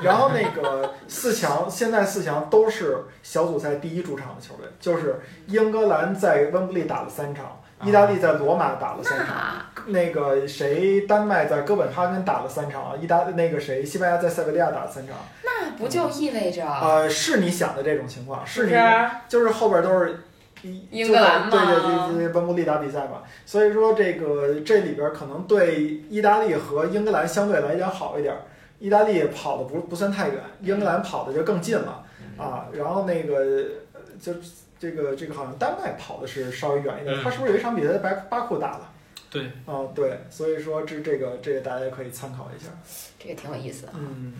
S2: 然后那个四强，现在四强都是小组赛第一主场的球队，就是英格兰在温布利打了三场，
S3: 啊
S2: 意大利在罗马打了三场，
S1: 那
S2: 那个谁，丹麦在哥本哈根打了三场，意大那个谁，西班牙在塞维利亚打了三场。
S3: 啊
S1: 那不就意味着
S2: 呃，是你想的这种情况，
S1: 是
S2: 是
S1: 不
S2: 你
S1: 是？啊
S2: 就是后边都是一
S1: 英格兰嘛
S2: 就是对对对对，温布利打比赛嘛，所以说这个这里边可能对意大利和英格兰相对来讲好一点儿，意大利跑的不不算太远，英格兰跑的就更近了啊，然后那个呃就这个这个好像丹麦跑的是稍微远一点，
S3: 嗯
S2: 他是不是有一场比赛在巴巴库打了？
S3: 对，
S2: 啊对，所以说这这个这个大家可以参考一下，
S1: 这个挺有意思的。
S2: 嗯，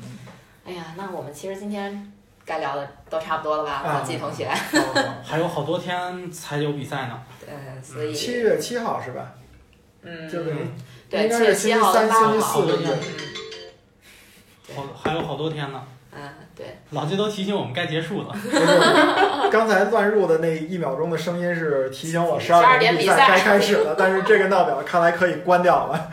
S1: 哎呀，那我们其实今天该聊的都差不多了吧，
S2: 啊
S1: 王继同学。
S2: 好 好
S3: 还有好多天才有比赛呢。
S1: 嗯，所
S2: 七
S1: 以
S2: 月七号是吧？
S1: 嗯，
S2: 就对
S3: 嗯
S1: 对，
S2: 应该
S1: 七月
S2: 是
S1: 七
S2: 星期
S1: 号到
S2: 三
S1: 八号，
S2: 星期
S3: 四的
S1: 嗯
S3: 好，还有好多天呢。
S1: 嗯，对，
S3: 老季都提醒我们该结束了。
S2: 不是 刚才乱入的那一秒钟的声音是提醒 我十二
S1: 点
S2: 点
S1: 比赛
S2: 赛该开始了，但是这个闹表看来可以关掉了。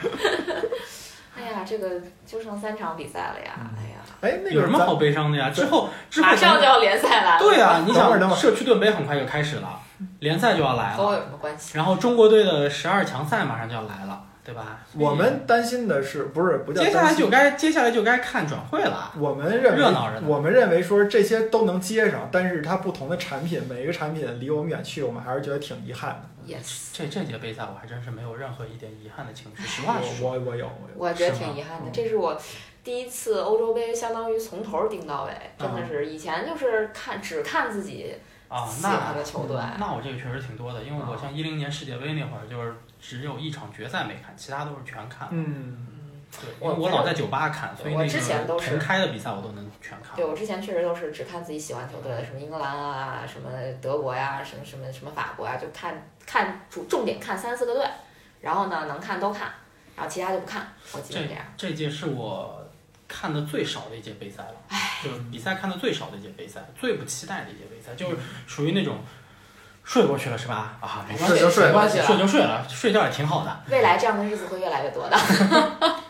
S1: 哎呀，这个就剩三场比赛了呀，哎呀，
S2: 哎，那
S3: 有
S2: 个
S3: 什么好悲伤的呀？之后之后
S1: 马上就要联赛来了，
S3: 对啊呀、你
S2: 啊等会儿哦等会儿
S3: 想社区盾杯很快就开始了，联赛就要来
S1: 和我
S3: 了，
S1: 有什么关系？
S3: 然后中国队的十二强赛马上就要来了，对吧？
S2: 我们担心的是不是不叫
S3: 接下来
S2: 担心？
S3: 就该接下来就该看转会了。
S2: 我们认为
S3: 热闹热闹
S2: 我们认为说这些都能接上，但是它不同的产品，每一个产品离我们远去，我们还是觉得挺遗憾的。
S1: 也
S3: 这这届杯赛我还真是没有任何一点遗憾的情绪，实话实
S2: 我
S3: 说。
S2: 我我有我有，
S1: 我觉得
S3: 是吗
S1: 挺遗憾的，
S2: 嗯
S1: 这是我第一次欧洲杯，相当于从头盯到尾，真的是以前就是看只看自己
S3: 啊，
S1: 喜欢
S3: 那嗯
S1: 的球队，
S3: 那我这个确实挺多的，因为我像一零年世界杯那会儿，就是只有一场决赛没看，其他都是全看。
S2: 嗯，
S1: 嗯，
S3: 对，因
S1: 我
S3: 为我老在酒吧看，所以
S1: 我之前
S3: 那
S1: 都
S3: 个
S1: 是
S3: 重开的比赛我都能全看
S1: 对。我之前确实都是只看自己喜欢球队，什么英格兰啊，什么德国呀、什么什么什么法国啊，就看看主重点看三四个队，然后呢能看都看，然后其他就不看。我基本这样。
S3: 这届是我看的最少的一届杯赛了，就是比赛看的最少的一届杯赛，最不期待的一届杯赛，就是
S2: 嗯
S3: 属于那种睡过去了是吧？啊，没关系，
S2: 睡就睡
S3: 没关系，
S1: 了
S3: 睡就睡了，睡觉也挺好的。
S1: 未来这样的日子会越来越多的。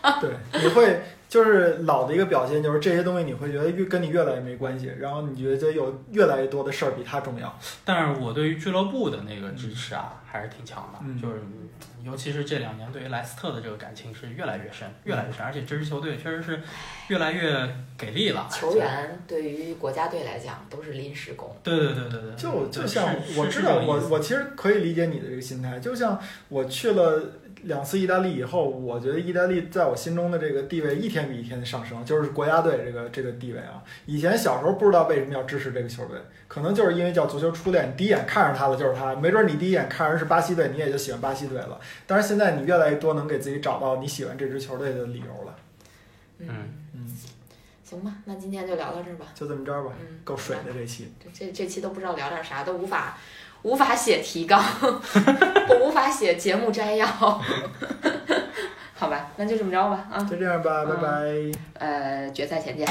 S2: 啊对，你会就是老的一个表现就是这些东西你会觉得越跟你越来越没关系，然后你觉得有越来越多的事儿比它重要。
S3: 但是我对于俱乐部的那个支持啊，还是挺强的，
S2: 嗯
S3: 就是尤其是这两年对于莱斯特的这个感情是越来越深，越来越深，而且这支球队确实是越来越给力了。
S1: 球员对于国家队来讲都是临时工，
S3: 对对对对对，
S2: 就
S3: 对
S2: 就像
S3: 是
S2: 我
S3: 是
S2: 知
S3: 这
S2: 道，
S3: 个意
S2: 我
S3: 思
S2: 我其实可以理解你的这个心态。就像我去了两次意大利以后，我觉得意大利在我心中的这个地位一天比一天的上升，就是国家队这个这个地位啊。以前小时候不知道为什么要支持这个球队，可能就是因为叫足球初恋，你第一眼看上他了就是他，没准你第一眼看上是巴西队，你也就喜欢巴西队了。但是现在你越来越多能给自己找到你喜欢这支球队的理由了。
S3: 嗯，
S2: 嗯，
S1: 行吧，那今天就聊到这儿吧。
S2: 就这么着吧，
S1: 嗯，
S2: 够水的这期。
S1: 这这这期都不知道聊点啥，都无法无法写提纲， 我无法写节目摘要。 好吧，那就这么着吧啊，
S2: 就这样吧，拜
S1: 嗯
S2: 拜。
S1: 呃，决赛前见。